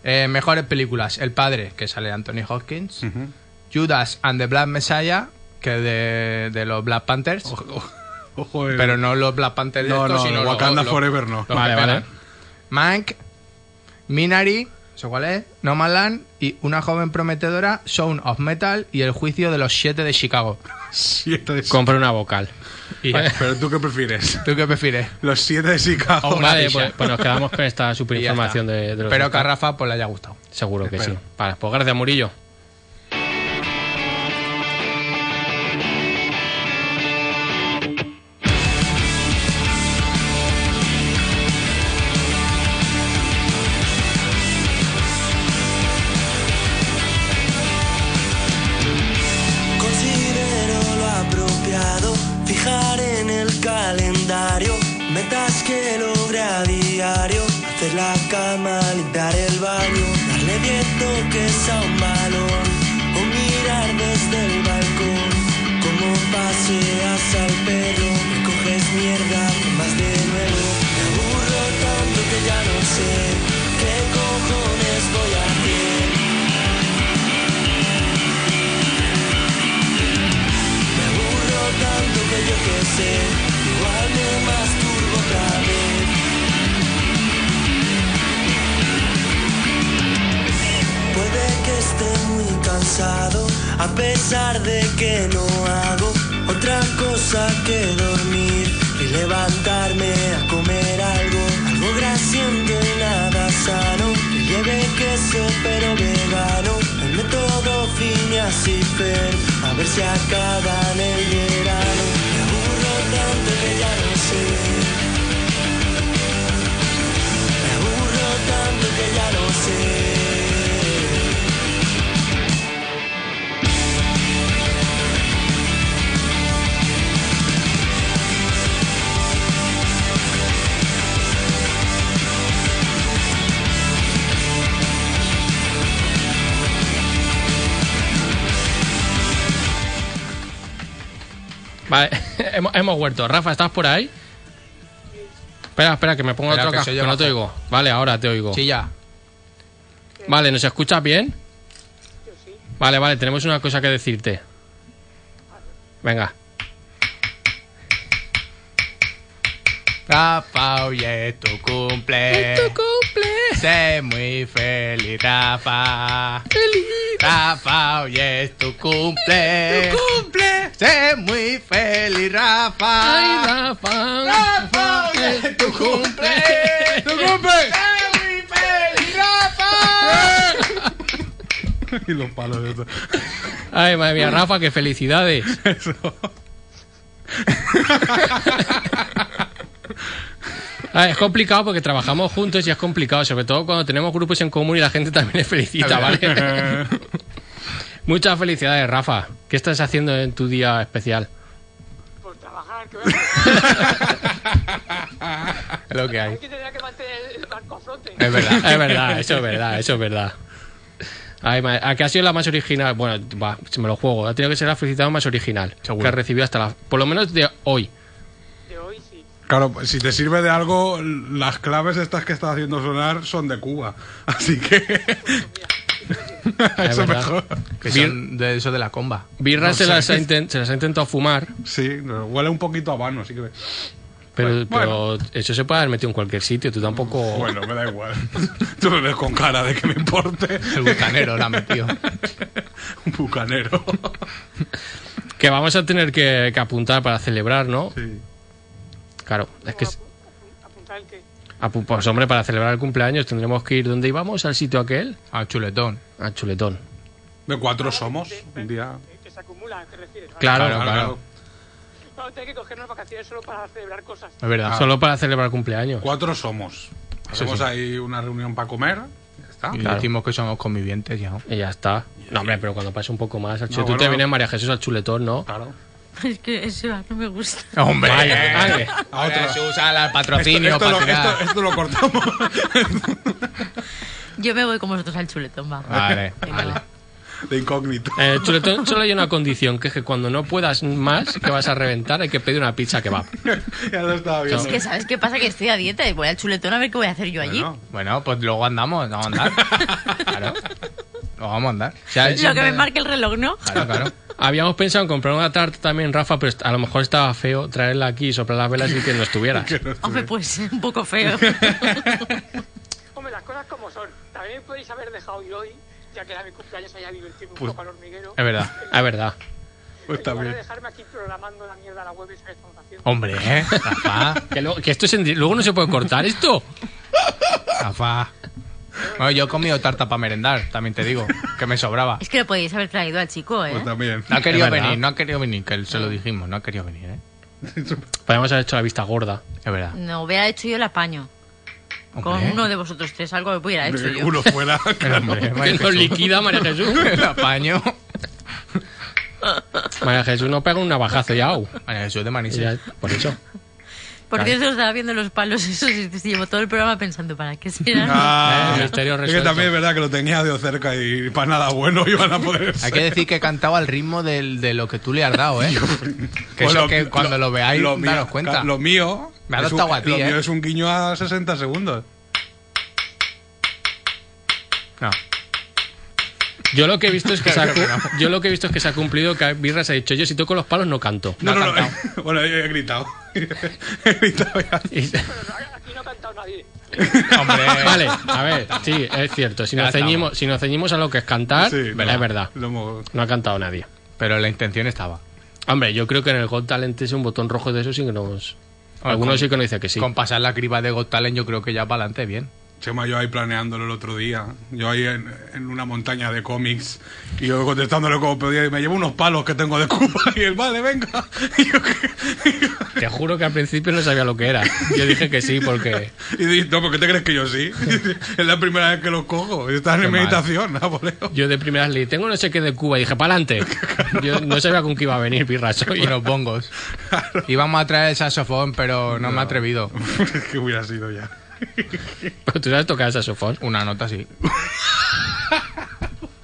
[SPEAKER 3] Eh, mejores películas. El Padre, que sale Anthony Hopkins. Judas and the Black Messiah, que de, de los Black Panthers.
[SPEAKER 4] Ojo, el-
[SPEAKER 3] Pero no los Black Panthers
[SPEAKER 4] No,
[SPEAKER 3] estos,
[SPEAKER 4] no,
[SPEAKER 3] sino los-
[SPEAKER 4] Wakanda
[SPEAKER 3] los-
[SPEAKER 4] Forever no.
[SPEAKER 3] los que
[SPEAKER 2] Vale,
[SPEAKER 3] pegan.
[SPEAKER 2] vale.
[SPEAKER 3] Mank, Minari, ¿eso cuál es? No Man Land y una joven prometedora, Sound of Metal y el juicio de los siete de Chicago.
[SPEAKER 4] Siete de
[SPEAKER 2] Compra una vocal.
[SPEAKER 3] Y-
[SPEAKER 4] Pero tú qué prefieres?
[SPEAKER 3] ¿Tú qué prefieres?
[SPEAKER 4] Los siete de Chicago.
[SPEAKER 3] O una
[SPEAKER 2] Vale,
[SPEAKER 3] pizza.
[SPEAKER 2] pues, pues nos quedamos con esta super
[SPEAKER 3] Y ya
[SPEAKER 2] información
[SPEAKER 3] está.
[SPEAKER 2] de, de los.
[SPEAKER 3] Pero que a Rafa pues, le haya gustado.
[SPEAKER 2] Seguro que
[SPEAKER 4] Espero.
[SPEAKER 2] sí. Vale, pues gracias, Murillo.
[SPEAKER 9] Considero lo apropiado fijar en el calendario metas que logre a diario. Hacer la cama, limpiar el baño, darle 10 toques a un balón o mirar desde el balcón. Como paseas al perro, me coges mierda más de nuevo. Me aburro tanto que ya no sé qué cojones voy a hacer. Me aburro tanto que yo que sé, igual me masturbo otra vez. Puede que esté muy cansado, a pesar de que no hago otra cosa que dormir y levantarme a comer algo, algo grasiento y nada sano, que lleve queso pero vegano, el método Phineas y Fer, a ver si acaban el verano. Me aburro tanto que ya no sé. Me aburro tanto que ya no sé.
[SPEAKER 2] Vale, hemos, hemos vuelto. Rafa, ¿estás por ahí? Espera, espera, que me pongo
[SPEAKER 3] Espera,
[SPEAKER 2] otro
[SPEAKER 3] que
[SPEAKER 2] casco,
[SPEAKER 3] se oye
[SPEAKER 2] que no te
[SPEAKER 3] bajo.
[SPEAKER 2] oigo. Vale, ahora te oigo.
[SPEAKER 3] Sí, ya.
[SPEAKER 2] Vale, ¿nos escuchas bien? Vale, vale, tenemos una cosa que decirte. Venga.
[SPEAKER 3] Rafa, hoy es tu cumple.
[SPEAKER 2] ¡Es tu cumple!
[SPEAKER 3] Sé muy feliz, Rafa.
[SPEAKER 2] ¡Feliz!
[SPEAKER 3] Rafa, hoy es tu cumple. cumple! Sé muy feliz, Rafa.
[SPEAKER 2] ¡Ay, Rafa!
[SPEAKER 3] Rafa, hoy es tu cumple. ¡Tu cumple! Eh. Sé muy feliz, Rafa.
[SPEAKER 4] y los palos de todo.
[SPEAKER 2] ¡Ay, madre mía, Rafa, qué felicidades!
[SPEAKER 4] Eso.
[SPEAKER 2] Ah, es complicado porque trabajamos juntos y es complicado, sobre todo cuando tenemos grupos en común y la gente también le felicita, ¿vale? Muchas felicidades, Rafa. ¿Qué estás haciendo en tu día especial?
[SPEAKER 10] Por trabajar, que
[SPEAKER 3] Es lo que hay.
[SPEAKER 10] que tenía que mantener el barco a flote.
[SPEAKER 3] Es verdad.
[SPEAKER 2] Es verdad, eso es verdad, eso es verdad. Ay, ma- ¿A qué ha sido la más original? Bueno, va, si me lo juego. Ha tenido que ser la felicitación más original.
[SPEAKER 3] Seguro.
[SPEAKER 2] Que ha recibido hasta la... Por lo menos de hoy.
[SPEAKER 10] De hoy sí.
[SPEAKER 4] Claro, pues, si te sirve de algo, las claves estas que estás haciendo sonar son de Cuba. Así que. Eso
[SPEAKER 2] verdad.
[SPEAKER 4] mejor.
[SPEAKER 3] Que son de eso de la comba.
[SPEAKER 2] Birra
[SPEAKER 4] No
[SPEAKER 2] se,
[SPEAKER 4] sé.
[SPEAKER 2] las ha inten- se las ha intentado fumar,
[SPEAKER 4] Sí, huele un poquito a vano, así que.
[SPEAKER 2] pero,
[SPEAKER 4] Bueno,
[SPEAKER 2] pero eso se puede haber metido en cualquier sitio. Tú tampoco...
[SPEAKER 4] Bueno, me da igual. Tú me ves con cara de que me importe.
[SPEAKER 3] El bucanero la ha metido.
[SPEAKER 4] Un bucanero.
[SPEAKER 2] Que vamos a tener que, que apuntar para celebrar, ¿no?
[SPEAKER 4] Sí.
[SPEAKER 2] Claro, es que... es-
[SPEAKER 10] Apuntar el que.
[SPEAKER 2] Apu- Pues hombre, para celebrar el cumpleaños tendremos que ir donde íbamos, al sitio aquel,
[SPEAKER 3] Al Ah, chuletón.
[SPEAKER 2] al chuletón.
[SPEAKER 4] De cuatro somos. Un día.
[SPEAKER 10] Que, que se acumula, te refieres. ¿vale?
[SPEAKER 2] Claro,
[SPEAKER 3] Claro,
[SPEAKER 2] claro.
[SPEAKER 3] claro.
[SPEAKER 10] No, tengo que cogernos vacaciones solo para celebrar cosas.
[SPEAKER 3] Es verdad.
[SPEAKER 2] Solo para celebrar cumpleaños.
[SPEAKER 4] Cuatro somos. Hacemos
[SPEAKER 3] sí.
[SPEAKER 4] ahí una reunión para comer. Ya está.
[SPEAKER 3] y
[SPEAKER 2] Claro.
[SPEAKER 3] decimos que somos convivientes ya.
[SPEAKER 2] Y ya está. No, hombre, pero cuando pase un poco más al chuletón. Tú te
[SPEAKER 4] bueno.
[SPEAKER 2] vienes María Jesús al chuletón, ¿no?
[SPEAKER 4] Claro.
[SPEAKER 5] Es que eso no me gusta.
[SPEAKER 3] ¡Hombre!
[SPEAKER 2] Vaya, vale.
[SPEAKER 4] A otra.
[SPEAKER 3] Jesús, ala, al
[SPEAKER 4] Esto,
[SPEAKER 3] patrocinio,
[SPEAKER 4] esto lo,
[SPEAKER 3] para tirar.
[SPEAKER 4] esto- esto lo cortamos.
[SPEAKER 5] Yo me voy con vosotros al chuletón, va.
[SPEAKER 3] Vale,
[SPEAKER 5] Que no.
[SPEAKER 3] vale.
[SPEAKER 4] De incógnito.
[SPEAKER 2] En el Eh, chuletón solo hay una condición, que es que cuando no puedas más, que vas a reventar, hay que pedir una pizza que va.
[SPEAKER 4] ya lo estaba viendo.
[SPEAKER 5] Es que, ¿sabes qué pasa? Que estoy a dieta y voy al chuletón a ver qué voy a hacer yo allí.
[SPEAKER 4] Bueno,
[SPEAKER 3] Bueno, pues luego andamos, vamos a andar. Claro. Lo vamos a andar. O sea,
[SPEAKER 5] Lo que
[SPEAKER 3] siempre-
[SPEAKER 5] me marque el reloj, ¿no?
[SPEAKER 3] Claro, claro.
[SPEAKER 2] Habíamos pensado en comprar una tarta también, Rafa, pero est- a lo mejor estaba feo traerla aquí y soplar las velas y que no estuvieras.
[SPEAKER 5] Hombre, pues un poco feo.
[SPEAKER 10] Hombre, las cosas como son. También podéis haber dejado ir hoy, ya que era mi cumpleaños, haya divertido un poco al hormiguero.
[SPEAKER 3] Es verdad.
[SPEAKER 2] Es verdad.
[SPEAKER 4] pues
[SPEAKER 10] En lugar de
[SPEAKER 4] también.
[SPEAKER 10] dejarme aquí programando la mierda a la web esa que estamos haciendo.
[SPEAKER 3] Hombre, ¿eh? Rafa,
[SPEAKER 2] Que, luego- que esto es en di- luego no se puede cortar esto.
[SPEAKER 3] Rafa. Bueno, yo he comido tarta para merendar, también te digo, que me sobraba.
[SPEAKER 5] Es que lo podéis haber traído al chico, ¿eh?
[SPEAKER 4] Pues también.
[SPEAKER 3] No ha querido
[SPEAKER 2] Es verdad.
[SPEAKER 3] venir, no ha querido venir, que se lo dijimos, no ha querido venir, ¿eh?
[SPEAKER 2] Podemos haber hecho la vista gorda.
[SPEAKER 3] Es verdad.
[SPEAKER 5] No, hubiera hecho yo el apaño. Con
[SPEAKER 3] Hombre.
[SPEAKER 5] uno de vosotros tres, algo me hubiera hecho yo.
[SPEAKER 4] Uno fuera.
[SPEAKER 3] Hombre,
[SPEAKER 2] Que
[SPEAKER 3] María
[SPEAKER 2] nos
[SPEAKER 3] Jesús.
[SPEAKER 2] liquida María Jesús.
[SPEAKER 3] El apaño.
[SPEAKER 2] María Jesús no pega un navajazo ya. au.
[SPEAKER 3] María Jesús de Manises.
[SPEAKER 2] Ya, Por eso.
[SPEAKER 5] Por cierto, estaba viendo los palos esos y y llevo todo el programa pensando, ¿para qué será?
[SPEAKER 4] Ah,
[SPEAKER 2] Eh, misterio
[SPEAKER 4] es que
[SPEAKER 2] resuelto.
[SPEAKER 4] también es verdad que lo tenía de cerca y para nada bueno iban a poder
[SPEAKER 3] Hay
[SPEAKER 4] ser.
[SPEAKER 3] que decir que cantaba al ritmo del- de lo que tú le has dado, ¿eh? Que
[SPEAKER 4] Pues
[SPEAKER 3] eso
[SPEAKER 4] lo-
[SPEAKER 3] que cuando lo, veáis,
[SPEAKER 4] lo mío-
[SPEAKER 3] daros cuenta.
[SPEAKER 4] Lo mío.
[SPEAKER 3] Me ha
[SPEAKER 4] es
[SPEAKER 3] adoptado
[SPEAKER 4] un-
[SPEAKER 3] a ti,
[SPEAKER 4] Lo
[SPEAKER 3] eh.
[SPEAKER 4] mío es un guiño a 60 segundos.
[SPEAKER 3] No.
[SPEAKER 2] Yo lo que he visto es que se ha, cu- yo lo que he visto es que se ha cumplido que Birra se ha dicho yo si toco los palos no canto.
[SPEAKER 4] No,
[SPEAKER 3] Me ha
[SPEAKER 4] no, no. Bueno, yo he gritado. he gritado ya.
[SPEAKER 2] Y-
[SPEAKER 10] Aquí no ha cantado nadie.
[SPEAKER 3] Hombre.
[SPEAKER 2] vale, a ver, sí, es cierto. Si
[SPEAKER 3] Ya
[SPEAKER 2] nos
[SPEAKER 3] estamos.
[SPEAKER 2] ceñimos, si nos ceñimos a lo que es cantar,
[SPEAKER 3] ¿Ah?
[SPEAKER 4] Sí,
[SPEAKER 2] es verdad.
[SPEAKER 4] lo hemos-
[SPEAKER 2] No ha cantado nadie.
[SPEAKER 3] Pero la intención estaba.
[SPEAKER 2] Hombre, yo creo que en el Got Talent es un botón rojo de esos y que nos.
[SPEAKER 3] Hombre, Ah,
[SPEAKER 2] Algunos
[SPEAKER 3] con-
[SPEAKER 2] sí que nos dice que sí.
[SPEAKER 3] Con pasar la criba de Got Talent, yo creo que ya para adelante, bien.
[SPEAKER 4] Chema, yo ahí planeándolo el otro día. Yo ahí en, en una montaña de cómics. Y yo contestándole como podía. Y me llevo unos palos que tengo de Cuba. Y él, vale, venga. Y, yo,
[SPEAKER 2] Te juro que al principio no sabía lo que era. Yo dije que sí porque.
[SPEAKER 4] y di- no, ¿por qué te crees que yo sí? es la primera vez que los cojo. Están
[SPEAKER 3] Qué
[SPEAKER 4] en
[SPEAKER 3] mal.
[SPEAKER 4] meditación, Napoleón.
[SPEAKER 2] Yo de primeras le dije, tengo no sé qué de Cuba. Y dije, pa'lante. Yo no sabía con qué iba a venir Birra soy.
[SPEAKER 3] Unos bongos. Íbamos a traer el saxofón, pero no, me he atrevido.
[SPEAKER 4] Es que hubiera sido ya.
[SPEAKER 2] Pero tú sabes tocar el saxofón.
[SPEAKER 3] Una nota así.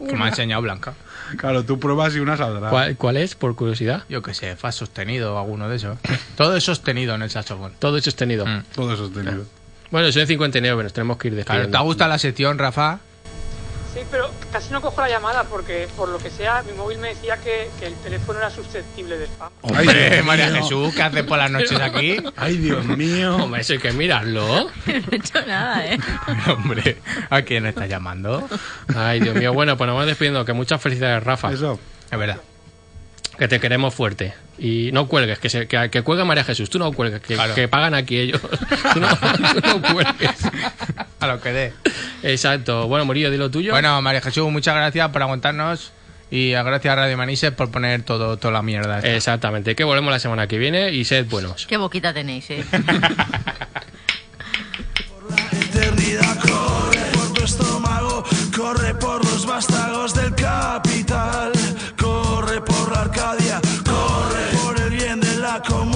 [SPEAKER 3] que me ha enseñado Blanca.
[SPEAKER 4] Claro, tú pruebas y una
[SPEAKER 3] Ah.
[SPEAKER 4] saldrá.
[SPEAKER 2] ¿Cuál, cuál es, por curiosidad?
[SPEAKER 3] Yo qué sé, fa sostenido o alguno de esos. Todo es sostenido en el saxofón.
[SPEAKER 2] Todo es sostenido.
[SPEAKER 3] Mm.
[SPEAKER 4] Todo sostenido.
[SPEAKER 2] Bueno, soy 59, nos tenemos que ir
[SPEAKER 3] Claro,
[SPEAKER 2] despidiendo.
[SPEAKER 3] ¿te ha gustado la sección, Rafa?
[SPEAKER 10] Sí, pero casi no cojo la llamada porque, por lo que sea, mi móvil me decía que, que el teléfono era susceptible de spam.
[SPEAKER 3] Hombre,
[SPEAKER 2] Dios
[SPEAKER 3] María
[SPEAKER 2] mío.
[SPEAKER 3] Jesús, ¿qué haces por las noches aquí?
[SPEAKER 4] Ay, Dios mío.
[SPEAKER 2] Hombre, eso hay que mirarlo.
[SPEAKER 5] No he hecho nada, ¿eh?
[SPEAKER 3] Hombre, ¿a quién está llamando?
[SPEAKER 2] Ay, Dios mío. Bueno, pues nos vamos despidiendo. Que muchas felicidades, Rafa.
[SPEAKER 4] Eso.
[SPEAKER 3] Es verdad.
[SPEAKER 2] Que te queremos fuerte. Y no cuelgues, que, se, que, que cuelgue María Jesús. Tú no cuelgues, que,
[SPEAKER 3] Claro.
[SPEAKER 2] que pagan aquí ellos. Tú no, tú no cuelgues.
[SPEAKER 3] A lo que dé.
[SPEAKER 2] Exacto. Bueno, Murillo, di lo tuyo.
[SPEAKER 3] Bueno, María Jesús, muchas gracias por aguantarnos y gracias a Radio Manises por poner todo, toda la mierda. esta.
[SPEAKER 2] Exactamente. Que volvemos la semana que viene y sed buenos.
[SPEAKER 5] Qué boquita tenéis, ¿eh?
[SPEAKER 9] eternidad corre por tu estómago, corre por los vástagos del capital, corre por la Arcadia, corre por el bien de la comunidad.